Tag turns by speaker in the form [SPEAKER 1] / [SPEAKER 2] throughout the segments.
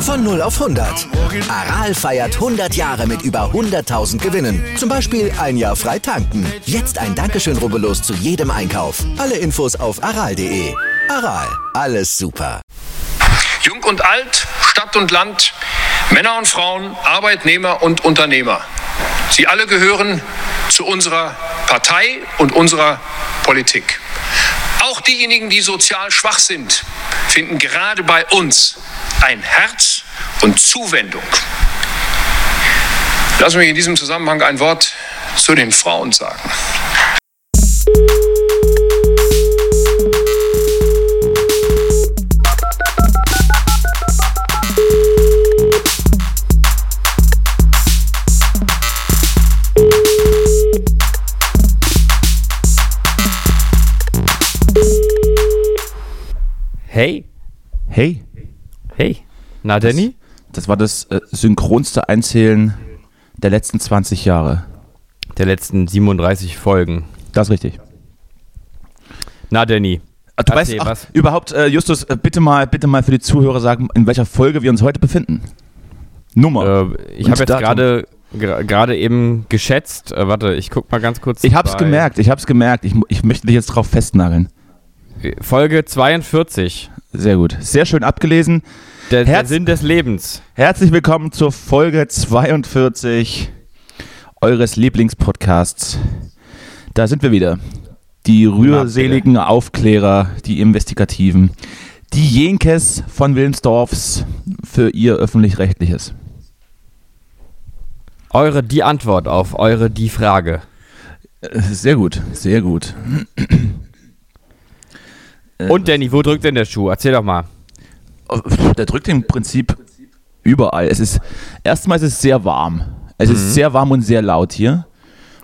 [SPEAKER 1] Von 0 auf 100. Aral feiert 100 Jahre mit über 100.000 Gewinnen. Zum Beispiel ein Jahr frei tanken. Jetzt ein Dankeschön, rubbellos zu jedem Einkauf. Alle Infos auf aral.de. Aral, alles super.
[SPEAKER 2] Jung und alt, Stadt und Land, Männer und Frauen, Arbeitnehmer und Unternehmer. Sie alle gehören zu unserer Partei und unserer Politik. Auch diejenigen, die sozial schwach sind, finden gerade bei uns ein Herz und Zuwendung. Lassen Sie mich in diesem Zusammenhang ein Wort zu den Frauen sagen.
[SPEAKER 3] Hey,
[SPEAKER 4] Hey,
[SPEAKER 3] hey. Na, Danny?
[SPEAKER 4] das war das äh, synchronste Einzählen der letzten 20 Jahre.
[SPEAKER 3] Der letzten 37 Folgen.
[SPEAKER 4] Das ist richtig.
[SPEAKER 3] Na, Danny.
[SPEAKER 4] Äh, Du
[SPEAKER 3] Erzähl,
[SPEAKER 4] weißt, ach,
[SPEAKER 3] was?
[SPEAKER 4] überhaupt, äh, Justus, äh, bitte mal, bitte mal für die Zuhörer sagen, in welcher Folge wir uns heute befinden. Nummer.
[SPEAKER 3] Äh, ich
[SPEAKER 4] Und
[SPEAKER 3] habe jetzt
[SPEAKER 4] Datum.
[SPEAKER 3] gerade gra- gerade eben geschätzt. Äh, warte, ich guck mal ganz kurz.
[SPEAKER 4] Ich hab's
[SPEAKER 3] bei
[SPEAKER 4] gemerkt, ich hab's gemerkt. Ich, mu- ich möchte dich jetzt drauf festnageln.
[SPEAKER 3] Folge 42.
[SPEAKER 4] Sehr gut. Sehr schön abgelesen.
[SPEAKER 3] Der, der
[SPEAKER 4] Herz-
[SPEAKER 3] Sinn des Lebens.
[SPEAKER 4] Herzlich willkommen zur Folge 42 eures Lieblingspodcasts. Da sind wir wieder. Die rührseligen Aufklärer, die Investigativen, die Jenkes von Wilmsdorfs für ihr öffentlich-rechtliches.
[SPEAKER 3] Eure die Antwort auf eure die Frage.
[SPEAKER 4] Äh, Sehr gut, sehr gut.
[SPEAKER 3] Und Danny, wo drückt denn der Schuh? Erzähl doch mal.
[SPEAKER 4] Der drückt im Prinzip überall. Es ist erstmal ist es sehr warm. Es ist sehr warm und sehr laut hier.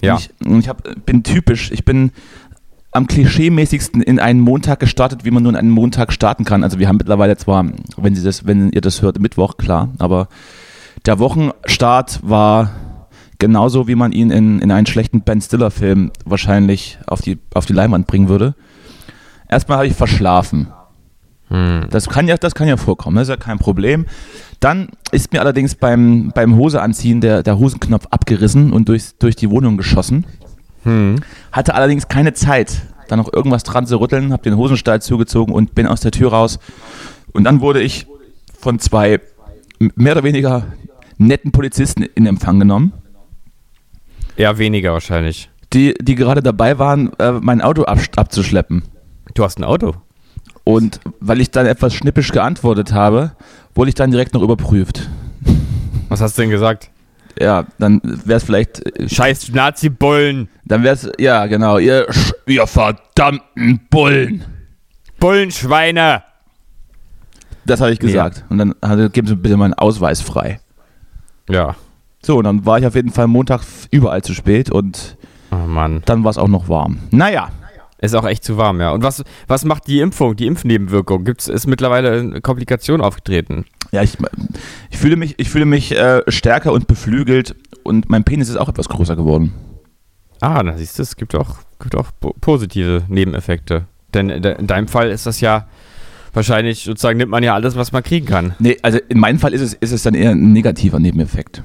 [SPEAKER 3] Ja.
[SPEAKER 4] Und ich, und ich hab, bin typisch, ich bin am klischeemäßigsten in einen Montag gestartet, wie man nur in einen Montag starten kann. Also wir haben mittlerweile zwar, wenn, Sie das, wenn ihr das hört, Mittwoch, klar, aber der Wochenstart war genauso, wie man ihn in, in einen schlechten Ben Stiller-Film wahrscheinlich auf die, auf die Leinwand bringen würde. Erstmal habe ich verschlafen. Das, kann ja, das kann ja vorkommen, das ist ja kein Problem. Dann ist mir allerdings beim, beim Hose anziehen der, der Hosenknopf abgerissen und durch, durch die Wohnung geschossen. Hatte allerdings keine Zeit, da noch irgendwas dran zu rütteln, habe den Hosenstall zugezogen und bin aus der Tür raus. Und dann wurde ich von zwei m- mehr oder weniger netten Polizisten in Empfang genommen,
[SPEAKER 3] Ja, weniger wahrscheinlich.
[SPEAKER 4] die, die gerade dabei waren, äh, mein Auto ab, abzuschleppen.
[SPEAKER 3] Du hast ein Auto.
[SPEAKER 4] Und weil ich dann etwas schnippisch geantwortet habe, wurde ich dann direkt noch überprüft.
[SPEAKER 3] Was hast du denn gesagt?
[SPEAKER 4] Ja, dann wäre es vielleicht äh,
[SPEAKER 3] Scheiß Nazi-Bullen.
[SPEAKER 4] Dann wär's, ja, genau, ihr, Sch- ihr verdammten Bullen.
[SPEAKER 3] Bullenschweine.
[SPEAKER 4] Das habe ich gesagt. Und dann also, geben Sie bitte meinen Ausweis frei.
[SPEAKER 3] Ja.
[SPEAKER 4] So, und dann war ich auf jeden Fall Montag f- überall zu spät und
[SPEAKER 3] Oh Mann.
[SPEAKER 4] dann war es auch noch warm. Naja,
[SPEAKER 3] Ist auch echt zu warm, ja. Und was, was macht die Impfung, die Impfnebenwirkung? Gibt's, ist mittlerweile eine Komplikation aufgetreten?
[SPEAKER 4] ja, ich, ich fühle mich, ich fühle mich äh, stärker und beflügelt und mein Penis ist auch etwas größer geworden.
[SPEAKER 3] Ah, da siehst du, es gibt auch, gibt auch po- positive Nebeneffekte. Denn in de- in deinem Fall ist das ja wahrscheinlich, sozusagen nimmt man ja alles, was man kriegen kann.
[SPEAKER 4] Nee, also in meinem Fall ist es, ist es dann eher ein negativer Nebeneffekt.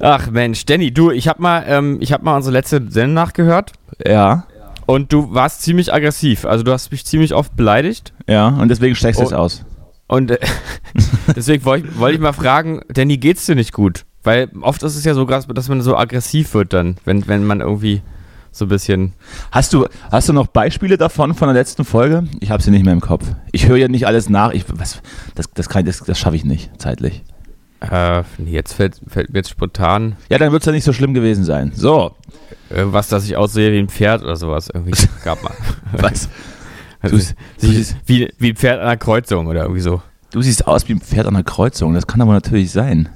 [SPEAKER 3] Ach Mensch, Danny, du, ich habe mal, ähm, ich hab mal unsere letzte Sendung nachgehört
[SPEAKER 4] Ja,
[SPEAKER 3] und du warst ziemlich aggressiv. Also du hast mich ziemlich oft beleidigt.
[SPEAKER 4] ja, und deswegen steigst du es
[SPEAKER 3] Oh.
[SPEAKER 4] aus.
[SPEAKER 3] Und äh, deswegen wollte ich, wollt ich mal fragen, Danny, geht's dir nicht gut? Weil oft ist es ja so, krass, dass man so aggressiv wird dann, wenn, wenn man irgendwie so ein bisschen.
[SPEAKER 4] Hast du, hast du noch Beispiele davon von der letzten Folge? Ich habe sie nicht mehr im Kopf. Ich höre ja nicht alles nach. Ich, was, das das, kann- das, das schaffe ich nicht zeitlich.
[SPEAKER 3] Äh, nee, jetzt fällt, fällt mir jetzt spontan
[SPEAKER 4] Ja, dann wird es ja nicht so schlimm gewesen sein. So,
[SPEAKER 3] irgendwas, dass ich aussehe wie ein Pferd oder sowas. Irgendwie gab mal.
[SPEAKER 4] was?
[SPEAKER 3] Also,
[SPEAKER 4] Du-
[SPEAKER 3] sich- wie, wie ein Pferd an einer Kreuzung oder irgendwie so.
[SPEAKER 4] Du siehst aus wie ein Pferd an der Kreuzung, das kann aber natürlich sein.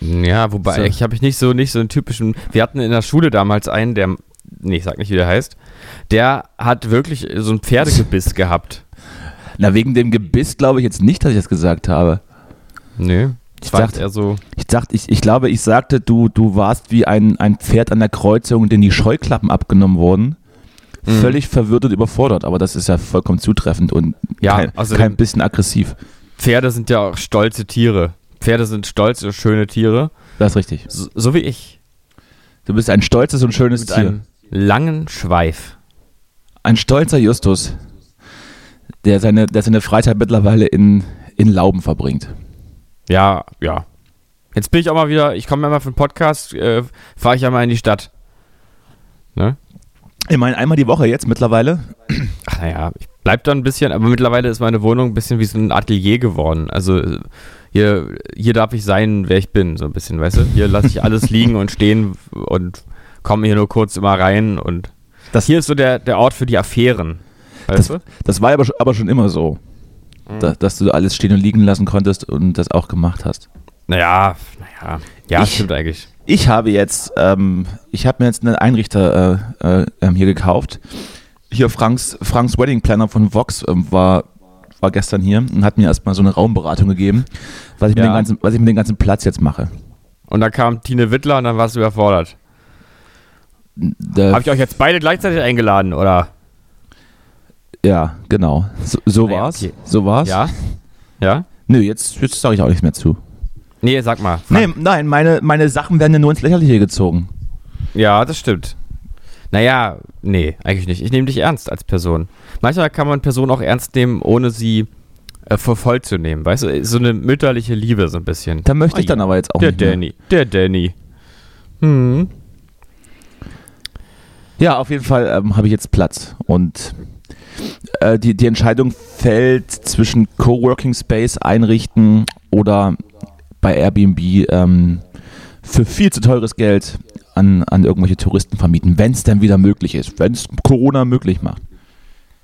[SPEAKER 3] Ja, wobei
[SPEAKER 4] So.
[SPEAKER 3] ich habe ich nicht so nicht so einen typischen. Wir hatten in der Schule damals einen, der nee, ich sag nicht, wie der heißt. Der hat wirklich so ein Pferdegebiss gehabt.
[SPEAKER 4] Na, wegen dem Gebiss glaube ich jetzt nicht, dass ich das gesagt habe.
[SPEAKER 3] Nee.
[SPEAKER 4] Ich
[SPEAKER 3] fand
[SPEAKER 4] dachte-
[SPEAKER 3] er so.
[SPEAKER 4] Ich, dachte, ich, ich glaube, ich sagte, du, du warst wie ein, ein Pferd an der Kreuzung, dem die Scheuklappen abgenommen wurden.
[SPEAKER 3] Mhm.
[SPEAKER 4] Völlig verwirrt und überfordert, aber das ist ja vollkommen zutreffend und
[SPEAKER 3] Ja,
[SPEAKER 4] kein,
[SPEAKER 3] also-
[SPEAKER 4] kein bisschen aggressiv.
[SPEAKER 3] Pferde sind ja auch stolze Tiere. Pferde sind stolze, schöne Tiere.
[SPEAKER 4] Das ist richtig.
[SPEAKER 3] So, so wie ich.
[SPEAKER 4] Du bist ein stolzes und schönes
[SPEAKER 3] Mit
[SPEAKER 4] Tier.
[SPEAKER 3] einem langen Schweif.
[SPEAKER 4] Ein stolzer Justus, der seine, der seine Freizeit mittlerweile in, in Lauben verbringt.
[SPEAKER 3] Ja, ja. Jetzt bin ich auch mal wieder, ich komme ja mal für einen Podcast, äh, fahre ich ja mal in die Stadt. Ne?
[SPEAKER 4] Ich meine, einmal die Woche jetzt mittlerweile.
[SPEAKER 3] Ach, naja, ich bleib da ein bisschen, aber mittlerweile ist meine Wohnung ein bisschen wie so ein Atelier geworden. Also äh, hier, hier darf ich sein, wer ich bin, so ein bisschen, weißt du? Hier lasse ich alles liegen und stehen und komme hier nur kurz immer rein und
[SPEAKER 4] Das-
[SPEAKER 3] hier ist so der, der Ort für die Affären. Weißt du?
[SPEAKER 4] Das war aber, sch- aber schon immer so,
[SPEAKER 3] Hm.
[SPEAKER 4] da, dass du alles stehen und liegen lassen konntest und das auch gemacht hast.
[SPEAKER 3] Naja, naja. Ja,
[SPEAKER 4] Ich-
[SPEAKER 3] stimmt eigentlich.
[SPEAKER 4] Ich habe jetzt, ähm, ich habe mir jetzt einen Einrichter äh, äh, ähm, hier gekauft. Hier Franks, Franks Wedding Planner von Vox ähm, war, war gestern hier und hat mir erstmal so eine Raumberatung gegeben, was ich,
[SPEAKER 3] Ja.
[SPEAKER 4] mit, dem ganzen, was ich mit dem ganzen Platz jetzt mache.
[SPEAKER 3] Und dann kam Tine Wittler und dann warst du überfordert.
[SPEAKER 4] Da-
[SPEAKER 3] Habe ich euch jetzt beide gleichzeitig eingeladen, oder?
[SPEAKER 4] Ja, genau. So, so
[SPEAKER 3] Naja,
[SPEAKER 4] war's.
[SPEAKER 3] okay.
[SPEAKER 4] So war's.
[SPEAKER 3] Ja? Ja?
[SPEAKER 4] Nö, jetzt, jetzt sage ich auch nichts mehr zu.
[SPEAKER 3] Nee, sag mal. Frank.
[SPEAKER 4] Nee, nein, meine, meine Sachen werden ja nur ins Lächerliche gezogen.
[SPEAKER 3] Ja, das stimmt. Naja, nee, eigentlich nicht. Ich nehme dich ernst als Person. Manchmal kann man Personen auch ernst nehmen, ohne sie äh, für voll zu nehmen. Weißt du, so eine mütterliche Liebe so ein bisschen.
[SPEAKER 4] Da möchte ich
[SPEAKER 3] Ah,
[SPEAKER 4] dann aber jetzt auch
[SPEAKER 3] Der
[SPEAKER 4] nicht mehr.
[SPEAKER 3] Danny, der Danny. Hm.
[SPEAKER 4] Ja, auf jeden Fall ähm, habe ich jetzt Platz. Und äh, die, die Entscheidung fällt zwischen Coworking Space einrichten oder bei Airbnb ähm, für viel zu teures Geld an, an irgendwelche Touristen vermieten, wenn es dann wieder möglich ist, wenn es Corona möglich macht.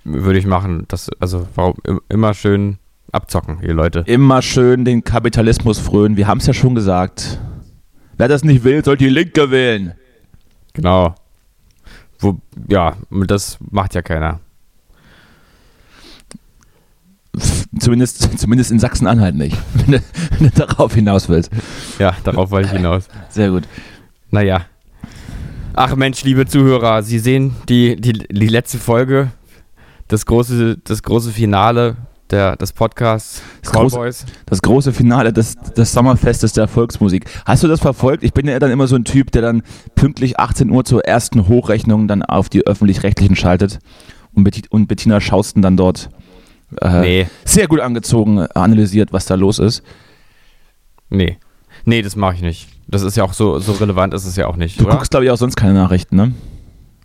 [SPEAKER 3] Würde ich machen. Das, also, warum im- immer schön abzocken, ihr Leute.
[SPEAKER 4] Immer schön den Kapitalismus frönen. Wir haben es ja schon gesagt. Wer das nicht will, soll die Linke wählen.
[SPEAKER 3] Genau. Wo, ja, das macht ja keiner.
[SPEAKER 4] Pff, Zumindest, zumindest in Sachsen-Anhalt nicht. Wenn du, wenn du darauf hinaus willst.
[SPEAKER 3] Ja, darauf wollte ich hinaus.
[SPEAKER 4] Sehr gut.
[SPEAKER 3] Naja. Ach Mensch, liebe Zuhörer, Sie sehen die, die, die letzte Folge, das große, das große Finale der, des Podcasts
[SPEAKER 4] Das große-
[SPEAKER 3] Cowboys.
[SPEAKER 4] Das große Finale des, des Sommerfestes der Volksmusik. Hast du das verfolgt? Ich bin ja dann immer so ein Typ, der dann pünktlich 18 Uhr zur ersten Hochrechnung dann auf die Öffentlich-Rechtlichen schaltet und, Bettina, und Bettina Schausten dann dort äh,
[SPEAKER 3] Nee.
[SPEAKER 4] sehr gut angezogen äh, analysiert, was da los ist.
[SPEAKER 3] Nee. Nee, das mache ich nicht. Das ist ja auch so, so relevant ist es ja auch nicht.
[SPEAKER 4] Du
[SPEAKER 3] Oder?
[SPEAKER 4] guckst, glaube ich, auch sonst keine Nachrichten, ne?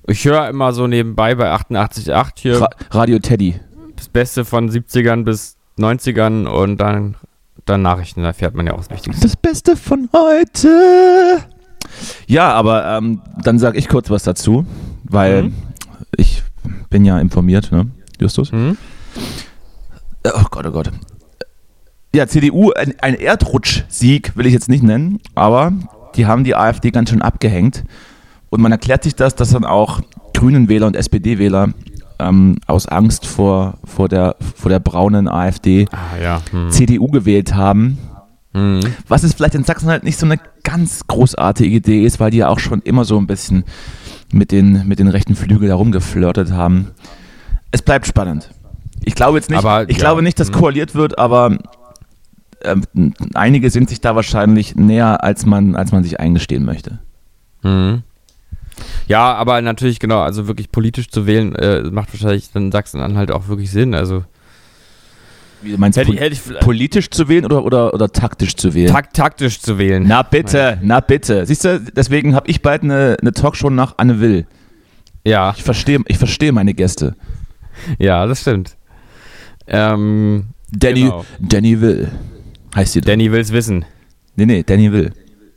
[SPEAKER 3] Ich höre immer so nebenbei bei 88.8 hier
[SPEAKER 4] Ra Radio Teddy.
[SPEAKER 3] das Beste von 70ern bis 90ern und dann, dann Nachrichten, da erfährt man ja auch das Wichtigste.
[SPEAKER 4] Das Beste von heute. Ja, aber ähm, dann sage ich kurz was dazu, weil ich bin ja informiert, ne, Justus?
[SPEAKER 3] Mhm.
[SPEAKER 4] Äh, Oh Gott, oh Gott. Ja, CDU, ein, ein Erdrutschsieg will ich jetzt nicht nennen, aber die haben die AfD ganz schön abgehängt. Und man erklärt sich das, dass dann auch Grünen-Wähler und SPD-Wähler ähm, aus Angst vor, vor, der, vor der braunen AfD
[SPEAKER 3] Ah ja. Hm.
[SPEAKER 4] CDU gewählt haben.
[SPEAKER 3] Mhm.
[SPEAKER 4] Was es vielleicht in Sachsen halt nicht so eine ganz großartige Idee ist, weil die ja auch schon immer so ein bisschen mit den, mit den rechten Flügel herumgeflirtet haben. Es bleibt spannend. Ich glaube jetzt nicht,
[SPEAKER 3] Aber,
[SPEAKER 4] ich
[SPEAKER 3] ja, Mhm.
[SPEAKER 4] glaube nicht, dass koaliert wird, aber ähm, einige sind sich da wahrscheinlich näher, als man, als man sich eingestehen möchte.
[SPEAKER 3] Mhm. Ja, aber natürlich, genau, also wirklich politisch zu wählen, äh, macht wahrscheinlich dann Sachsen-Anhalt auch wirklich Sinn. Also
[SPEAKER 4] Wie, meinst du,
[SPEAKER 3] Hätte ich-
[SPEAKER 4] pol-
[SPEAKER 3] hätte ich vielleicht-
[SPEAKER 4] politisch zu wählen oder, oder, oder taktisch zu wählen?
[SPEAKER 3] tak taktisch zu wählen.
[SPEAKER 4] na bitte, na bitte. Siehst du, deswegen habe ich bald eine, eine Talkshow nach Anne Will.
[SPEAKER 3] Ja,
[SPEAKER 4] Ich verstehe ich verstehe meine Gäste.
[SPEAKER 3] ja, das stimmt. Ähm,
[SPEAKER 4] Danny,
[SPEAKER 3] Genau.
[SPEAKER 4] Danny Will. Heißt die
[SPEAKER 3] Danny will's wissen.
[SPEAKER 4] Nee, nee, Danny Will.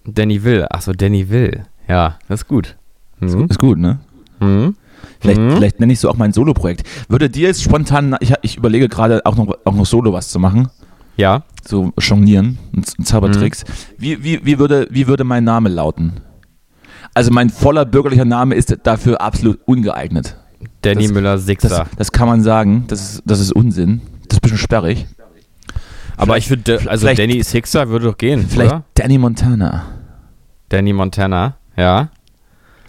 [SPEAKER 3] Danny will. Achso, Danny will. Ja, das ist gut. Mhm.
[SPEAKER 4] Ist gut, ne?
[SPEAKER 3] Mhm.
[SPEAKER 4] Vielleicht, vielleicht nenne ich so auch mein Solo-Projekt. Würde dir jetzt spontan, ich, ich überlege gerade auch noch, auch noch Solo was zu machen.
[SPEAKER 3] Ja.
[SPEAKER 4] so jonglieren und, Z- und Zaubertricks.
[SPEAKER 3] Mhm.
[SPEAKER 4] Wie, wie, wie, würde, wie würde mein Name lauten? Also mein voller bürgerlicher Name ist dafür absolut ungeeignet.
[SPEAKER 3] Danny
[SPEAKER 4] Das-
[SPEAKER 3] Müller
[SPEAKER 4] Das,
[SPEAKER 3] Sixer.
[SPEAKER 4] das kann man sagen, das ist, das ist Unsinn. Das ist ein bisschen sperrig.
[SPEAKER 3] Aber ich würde, also
[SPEAKER 4] vielleicht-
[SPEAKER 3] Danny Sixer würde doch gehen,
[SPEAKER 4] Vielleicht
[SPEAKER 3] oder?
[SPEAKER 4] Danny Montana
[SPEAKER 3] Danny Montana, ja.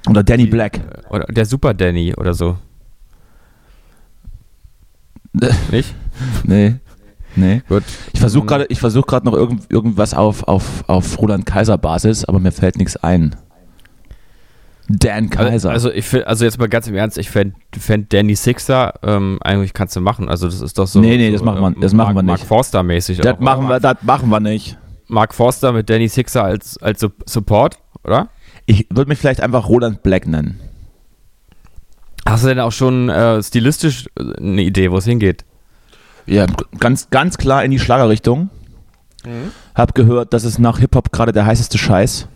[SPEAKER 4] oder Danny Black.
[SPEAKER 3] Oder der Super Danny oder so. Nicht?
[SPEAKER 4] Nee, nee.
[SPEAKER 3] Gut.
[SPEAKER 4] Ich versuche gerade ich versuch grad noch irgend, irgendwas auf, auf, auf Roland Kaiser Basis, aber mir fällt nichts ein. Dan
[SPEAKER 3] Also,
[SPEAKER 4] Kaiser.
[SPEAKER 3] also ich find, also jetzt mal ganz im Ernst, ich fände fänd Danny Sixer, ähm, eigentlich kannst du machen. Also das ist doch so.
[SPEAKER 4] Nee, nee,
[SPEAKER 3] so,
[SPEAKER 4] das machen wir-
[SPEAKER 3] ähm,
[SPEAKER 4] das machen wir
[SPEAKER 3] Mark, Mark
[SPEAKER 4] nicht.
[SPEAKER 3] Forster mäßig.
[SPEAKER 4] das, machen wir, das machen wir nicht.
[SPEAKER 3] Mark Forster mit Danny Sixer als, als Su- Support, oder?
[SPEAKER 4] Ich würde mich vielleicht einfach Roland Black nennen.
[SPEAKER 3] Hast du denn auch schon äh, stilistisch äh, eine Idee, wo es hingeht?
[SPEAKER 4] Ja, ganz, ganz klar in die Schlagerrichtung.
[SPEAKER 3] Mhm.
[SPEAKER 4] Hab gehört, das ist nach Hip-Hop gerade der heißeste Scheiß.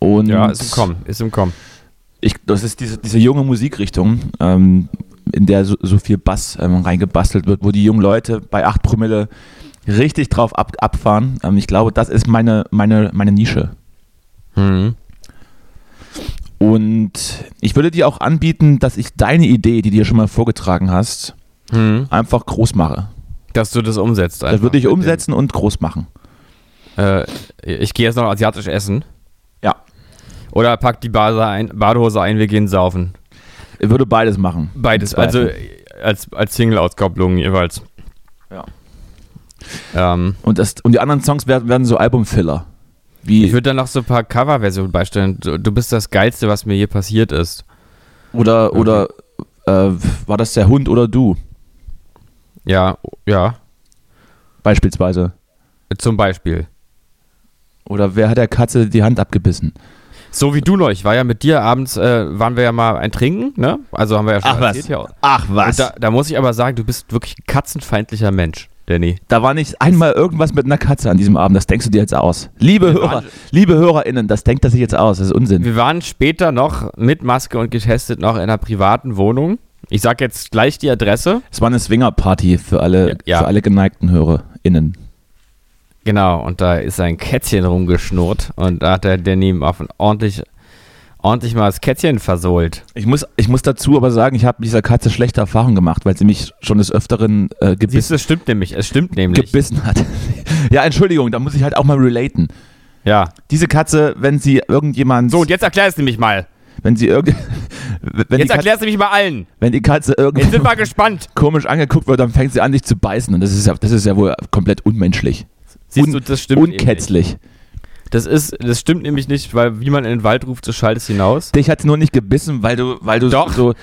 [SPEAKER 4] Und
[SPEAKER 3] Ja, ist im Kommen, ist im Kommen.
[SPEAKER 4] Ich, das ist diese, diese junge Musikrichtung, ähm, in der so, so viel Bass ähm, reingebastelt wird, wo die jungen Leute bei 8 Promille richtig drauf ab, abfahren. Ähm, ich glaube, das ist meine, meine, meine Nische.
[SPEAKER 3] Mhm.
[SPEAKER 4] Und ich würde dir auch anbieten, dass ich deine Idee, die du dir schon mal vorgetragen hast,
[SPEAKER 3] Mhm.
[SPEAKER 4] einfach groß mache.
[SPEAKER 3] Dass du das umsetzt.
[SPEAKER 4] Das
[SPEAKER 3] einfach
[SPEAKER 4] würde ich
[SPEAKER 3] mit
[SPEAKER 4] umsetzen und groß machen.
[SPEAKER 3] Dem, äh, ich gehe jetzt noch asiatisch essen.
[SPEAKER 4] Ja.
[SPEAKER 3] Oder pack die Base ein, Badehose ein, wir gehen saufen.
[SPEAKER 4] Ich würde beides machen.
[SPEAKER 3] Beides,
[SPEAKER 4] Im Zweifel.
[SPEAKER 3] also äh, als, als Single-Auskopplung jeweils.
[SPEAKER 4] Ja.
[SPEAKER 3] Ähm,
[SPEAKER 4] Und, das, und die anderen Songs werden, werden so Albumfiller. Wie,
[SPEAKER 3] ich würde dann noch so ein paar Coverversionen beistellen. Du, du bist das Geilste, was mir hier passiert ist.
[SPEAKER 4] oder oder äh, war das der Hund oder du?
[SPEAKER 3] Ja, ja,
[SPEAKER 4] Beispielsweise.
[SPEAKER 3] zum Beispiel.
[SPEAKER 4] Oder wer hat der Katze die Hand abgebissen?
[SPEAKER 3] So wie du noch. Ich war ja mit dir abends, äh, waren wir ja mal ein Trinken, ne? Also haben wir ja schon hier.
[SPEAKER 4] Ach
[SPEAKER 3] Und
[SPEAKER 4] was.
[SPEAKER 3] da,
[SPEAKER 4] Da,
[SPEAKER 3] da muss ich aber sagen, du bist wirklich ein katzenfeindlicher Mensch, Danny.
[SPEAKER 4] da war nicht einmal irgendwas mit einer Katze an diesem Abend. Das denkst du dir jetzt aus. Liebe Hörer,
[SPEAKER 3] waren-
[SPEAKER 4] liebe HörerInnen, das denkt er sich jetzt aus. Das ist Unsinn.
[SPEAKER 3] Wir waren später noch mit Maske und getestet noch in einer privaten Wohnung. Ich sag jetzt gleich die Adresse.
[SPEAKER 4] Es war eine Swinger-Party für alle,
[SPEAKER 3] Ja.
[SPEAKER 4] für alle geneigten HörerInnen.
[SPEAKER 3] Genau, und da ist ein Kätzchen rumgeschnurrt und da hat der Danny auf ein ordentlich, ordentlich mal das Kätzchen versohlt.
[SPEAKER 4] Ich muss, ich muss dazu aber sagen, ich habe mit dieser Katze schlechte Erfahrungen gemacht, weil sie mich schon des Öfteren äh,
[SPEAKER 3] Siehst du,
[SPEAKER 4] gebissen,
[SPEAKER 3] es stimmt nämlich, es stimmt nämlich.
[SPEAKER 4] gebissen hat. ja, Entschuldigung, da muss ich halt auch mal relaten.
[SPEAKER 3] Ja.
[SPEAKER 4] Diese Katze, wenn sie irgendjemand,
[SPEAKER 3] So, und jetzt erklär es nämlich mal.
[SPEAKER 4] wenn sie irgend, wenn, die
[SPEAKER 3] Jetzt
[SPEAKER 4] Katze,
[SPEAKER 3] erklär es nämlich mal allen.
[SPEAKER 4] wenn die Katze
[SPEAKER 3] Jetzt sind
[SPEAKER 4] irgend
[SPEAKER 3] wir gespannt.
[SPEAKER 4] komisch angeguckt wird, dann fängt sie an, dich zu beißen. Und das ist ja, das ist ja wohl komplett unmenschlich.
[SPEAKER 3] Siehst du, das stimmt. eben nicht.
[SPEAKER 4] Unkätzlich.
[SPEAKER 3] Das, ist, das stimmt nämlich nicht, weil wie man in den Wald ruft, so schallt es hinaus.
[SPEAKER 4] Dich hat sie nur nicht gebissen, weil du, weil du
[SPEAKER 3] Doch.
[SPEAKER 4] so,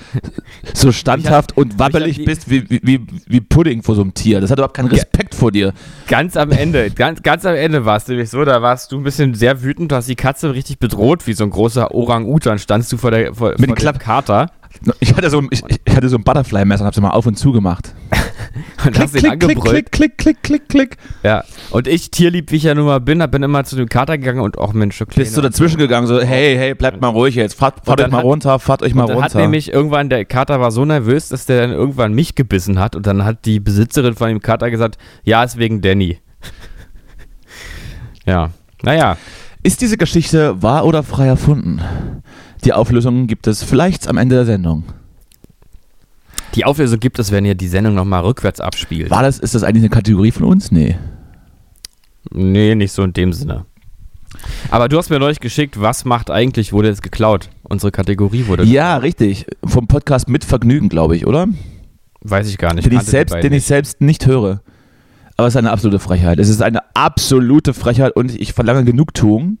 [SPEAKER 4] so standhaft und wabbelig
[SPEAKER 3] die-
[SPEAKER 4] bist wie, wie- wie, wie Pudding vor so einem Tier. Das hat überhaupt keinen Respekt vor dir.
[SPEAKER 3] Ganz am Ende, ganz, ganz am Ende warst du nämlich so, da warst du ein bisschen sehr wütend, du hast die Katze richtig bedroht, wie so ein großer Orang-Utan standst du vor der vor, vor
[SPEAKER 4] dem Klapp-
[SPEAKER 3] Kater
[SPEAKER 4] Ich hatte so ein, ich, ich hatte so ein Butterfly-Messer und hab's immer auf und zu gemacht.
[SPEAKER 3] und hast ihn angebrüllt. Genau.
[SPEAKER 4] klick, klick, klick, klick.
[SPEAKER 3] Ja, und ich, tierlieb, wie ich ja nun mal bin, hab- bin immer zu dem Kater gegangen und auch Mensch, so
[SPEAKER 4] Bist du dazwischen gegangen, so, hey, hey, bleibt mal ruhig jetzt. Fahrt, fahrt
[SPEAKER 3] dann
[SPEAKER 4] euch mal
[SPEAKER 3] hat-
[SPEAKER 4] runter, fahrt euch mal
[SPEAKER 3] dann
[SPEAKER 4] runter.
[SPEAKER 3] hat nämlich irgendwann, der Kater war so nervös, dass der dann irgendwann mich gebissen hat und dann hat die Besitzerin von dem Kater gesagt, ja, ist wegen Danny. ja, naja,
[SPEAKER 4] Ist diese Geschichte wahr oder frei erfunden? Die Auflösung gibt es vielleicht am Ende der Sendung.
[SPEAKER 3] die Auflösung gibt es, wenn ihr die Sendung nochmal rückwärts abspielt.
[SPEAKER 4] War das, ist das eigentlich eine Kategorie von uns? Nee.
[SPEAKER 3] Nee, nicht so in dem Sinne. Aber du hast mir neulich geschickt, was macht eigentlich, wurde jetzt geklaut? Unsere Kategorie wurde,
[SPEAKER 4] Ja, richtig. Vom Podcast mit Vergnügen, glaube ich, oder?
[SPEAKER 3] weiß ich gar nicht.
[SPEAKER 4] Den ich,
[SPEAKER 3] kannte die
[SPEAKER 4] selbst,
[SPEAKER 3] beiden
[SPEAKER 4] den ich selbst nicht höre. Aber es ist eine absolute Frechheit. Es ist eine absolute Frechheit und ich verlange Genugtuung.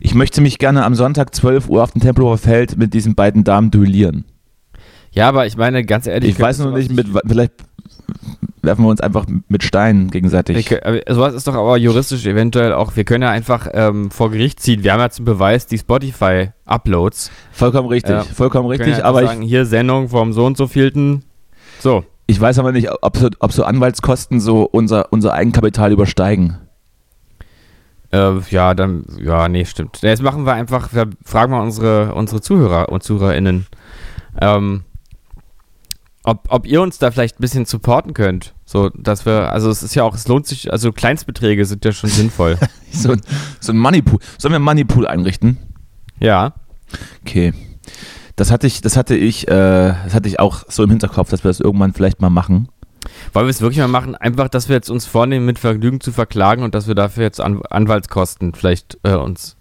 [SPEAKER 4] Ich möchte mich gerne am Sonntag 12 Uhr auf dem Tempelhofer Feld mit diesen beiden Damen duellieren.
[SPEAKER 3] nicht. Ja, aber ich meine, ganz ehrlich.
[SPEAKER 4] Ich weiß
[SPEAKER 3] könntest
[SPEAKER 4] noch
[SPEAKER 3] du auch
[SPEAKER 4] nicht, mit, vielleicht werfen wir uns einfach mit Steinen gegenseitig.
[SPEAKER 3] Ich, äh, sowas ist doch aber juristisch eventuell auch, wir können ja einfach ähm, vor Gericht ziehen. Wir haben ja zum Beweis die Spotify-Uploads.
[SPEAKER 4] vollkommen richtig,
[SPEAKER 3] Ja.
[SPEAKER 4] vollkommen richtig.
[SPEAKER 3] Können ja einfach
[SPEAKER 4] aber ich,
[SPEAKER 3] sagen, hier Sendung vom so und so vielten. So,
[SPEAKER 4] ich weiß aber nicht, ob so, ob so Anwaltskosten so unser, unser Eigenkapital übersteigen.
[SPEAKER 3] äh, ja, dann, ja, nee, stimmt. Jetzt machen wir einfach, wir fragen wir unsere, unsere Zuhörer und ZuhörerInnen. Ähm, ob, ob ihr uns da vielleicht ein bisschen supporten könnt. So, dass wir, also es ist ja auch, es lohnt sich, also Kleinstbeträge sind ja schon sinnvoll.
[SPEAKER 4] So, ein- so ein Moneypool. Sollen wir einen Moneypool einrichten?
[SPEAKER 3] Ja.
[SPEAKER 4] Okay. Das hatte ich, das hatte ich, äh, das hatte ich auch so im Hinterkopf, dass wir das irgendwann vielleicht mal machen.
[SPEAKER 3] Wollen wir es wirklich mal machen? Einfach, dass wir jetzt uns vornehmen, mit Vergnügen zu verklagen und dass wir dafür jetzt An Anwaltskosten vielleicht äh, uns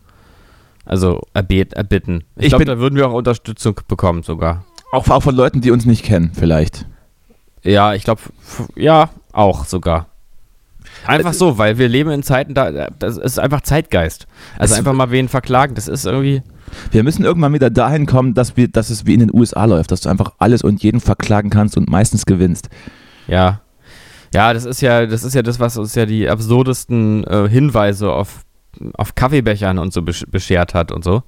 [SPEAKER 3] also erbet erbitten. Ich,
[SPEAKER 4] Ich
[SPEAKER 3] glaube,
[SPEAKER 4] bin-
[SPEAKER 3] da würden wir auch Unterstützung bekommen sogar.
[SPEAKER 4] Auch, auch von Leuten, die uns nicht kennen, vielleicht.
[SPEAKER 3] Ja, ich glaube, ja, auch sogar.
[SPEAKER 4] Äh,
[SPEAKER 3] Einfach so, weil wir leben in Zeiten, da das ist einfach Zeitgeist. Also
[SPEAKER 4] Es-
[SPEAKER 3] einfach mal wen verklagen, das ist irgendwie.
[SPEAKER 4] Wir müssen irgendwann wieder dahin kommen, dass wir, dass es wie in den USA läuft, dass du einfach alles und jeden verklagen kannst und meistens gewinnst.
[SPEAKER 3] Ja. Ja, das ist ja, das ist ja das, was uns ja die absurdesten äh, Hinweise auf, auf Kaffeebechern und so besch beschert hat und so.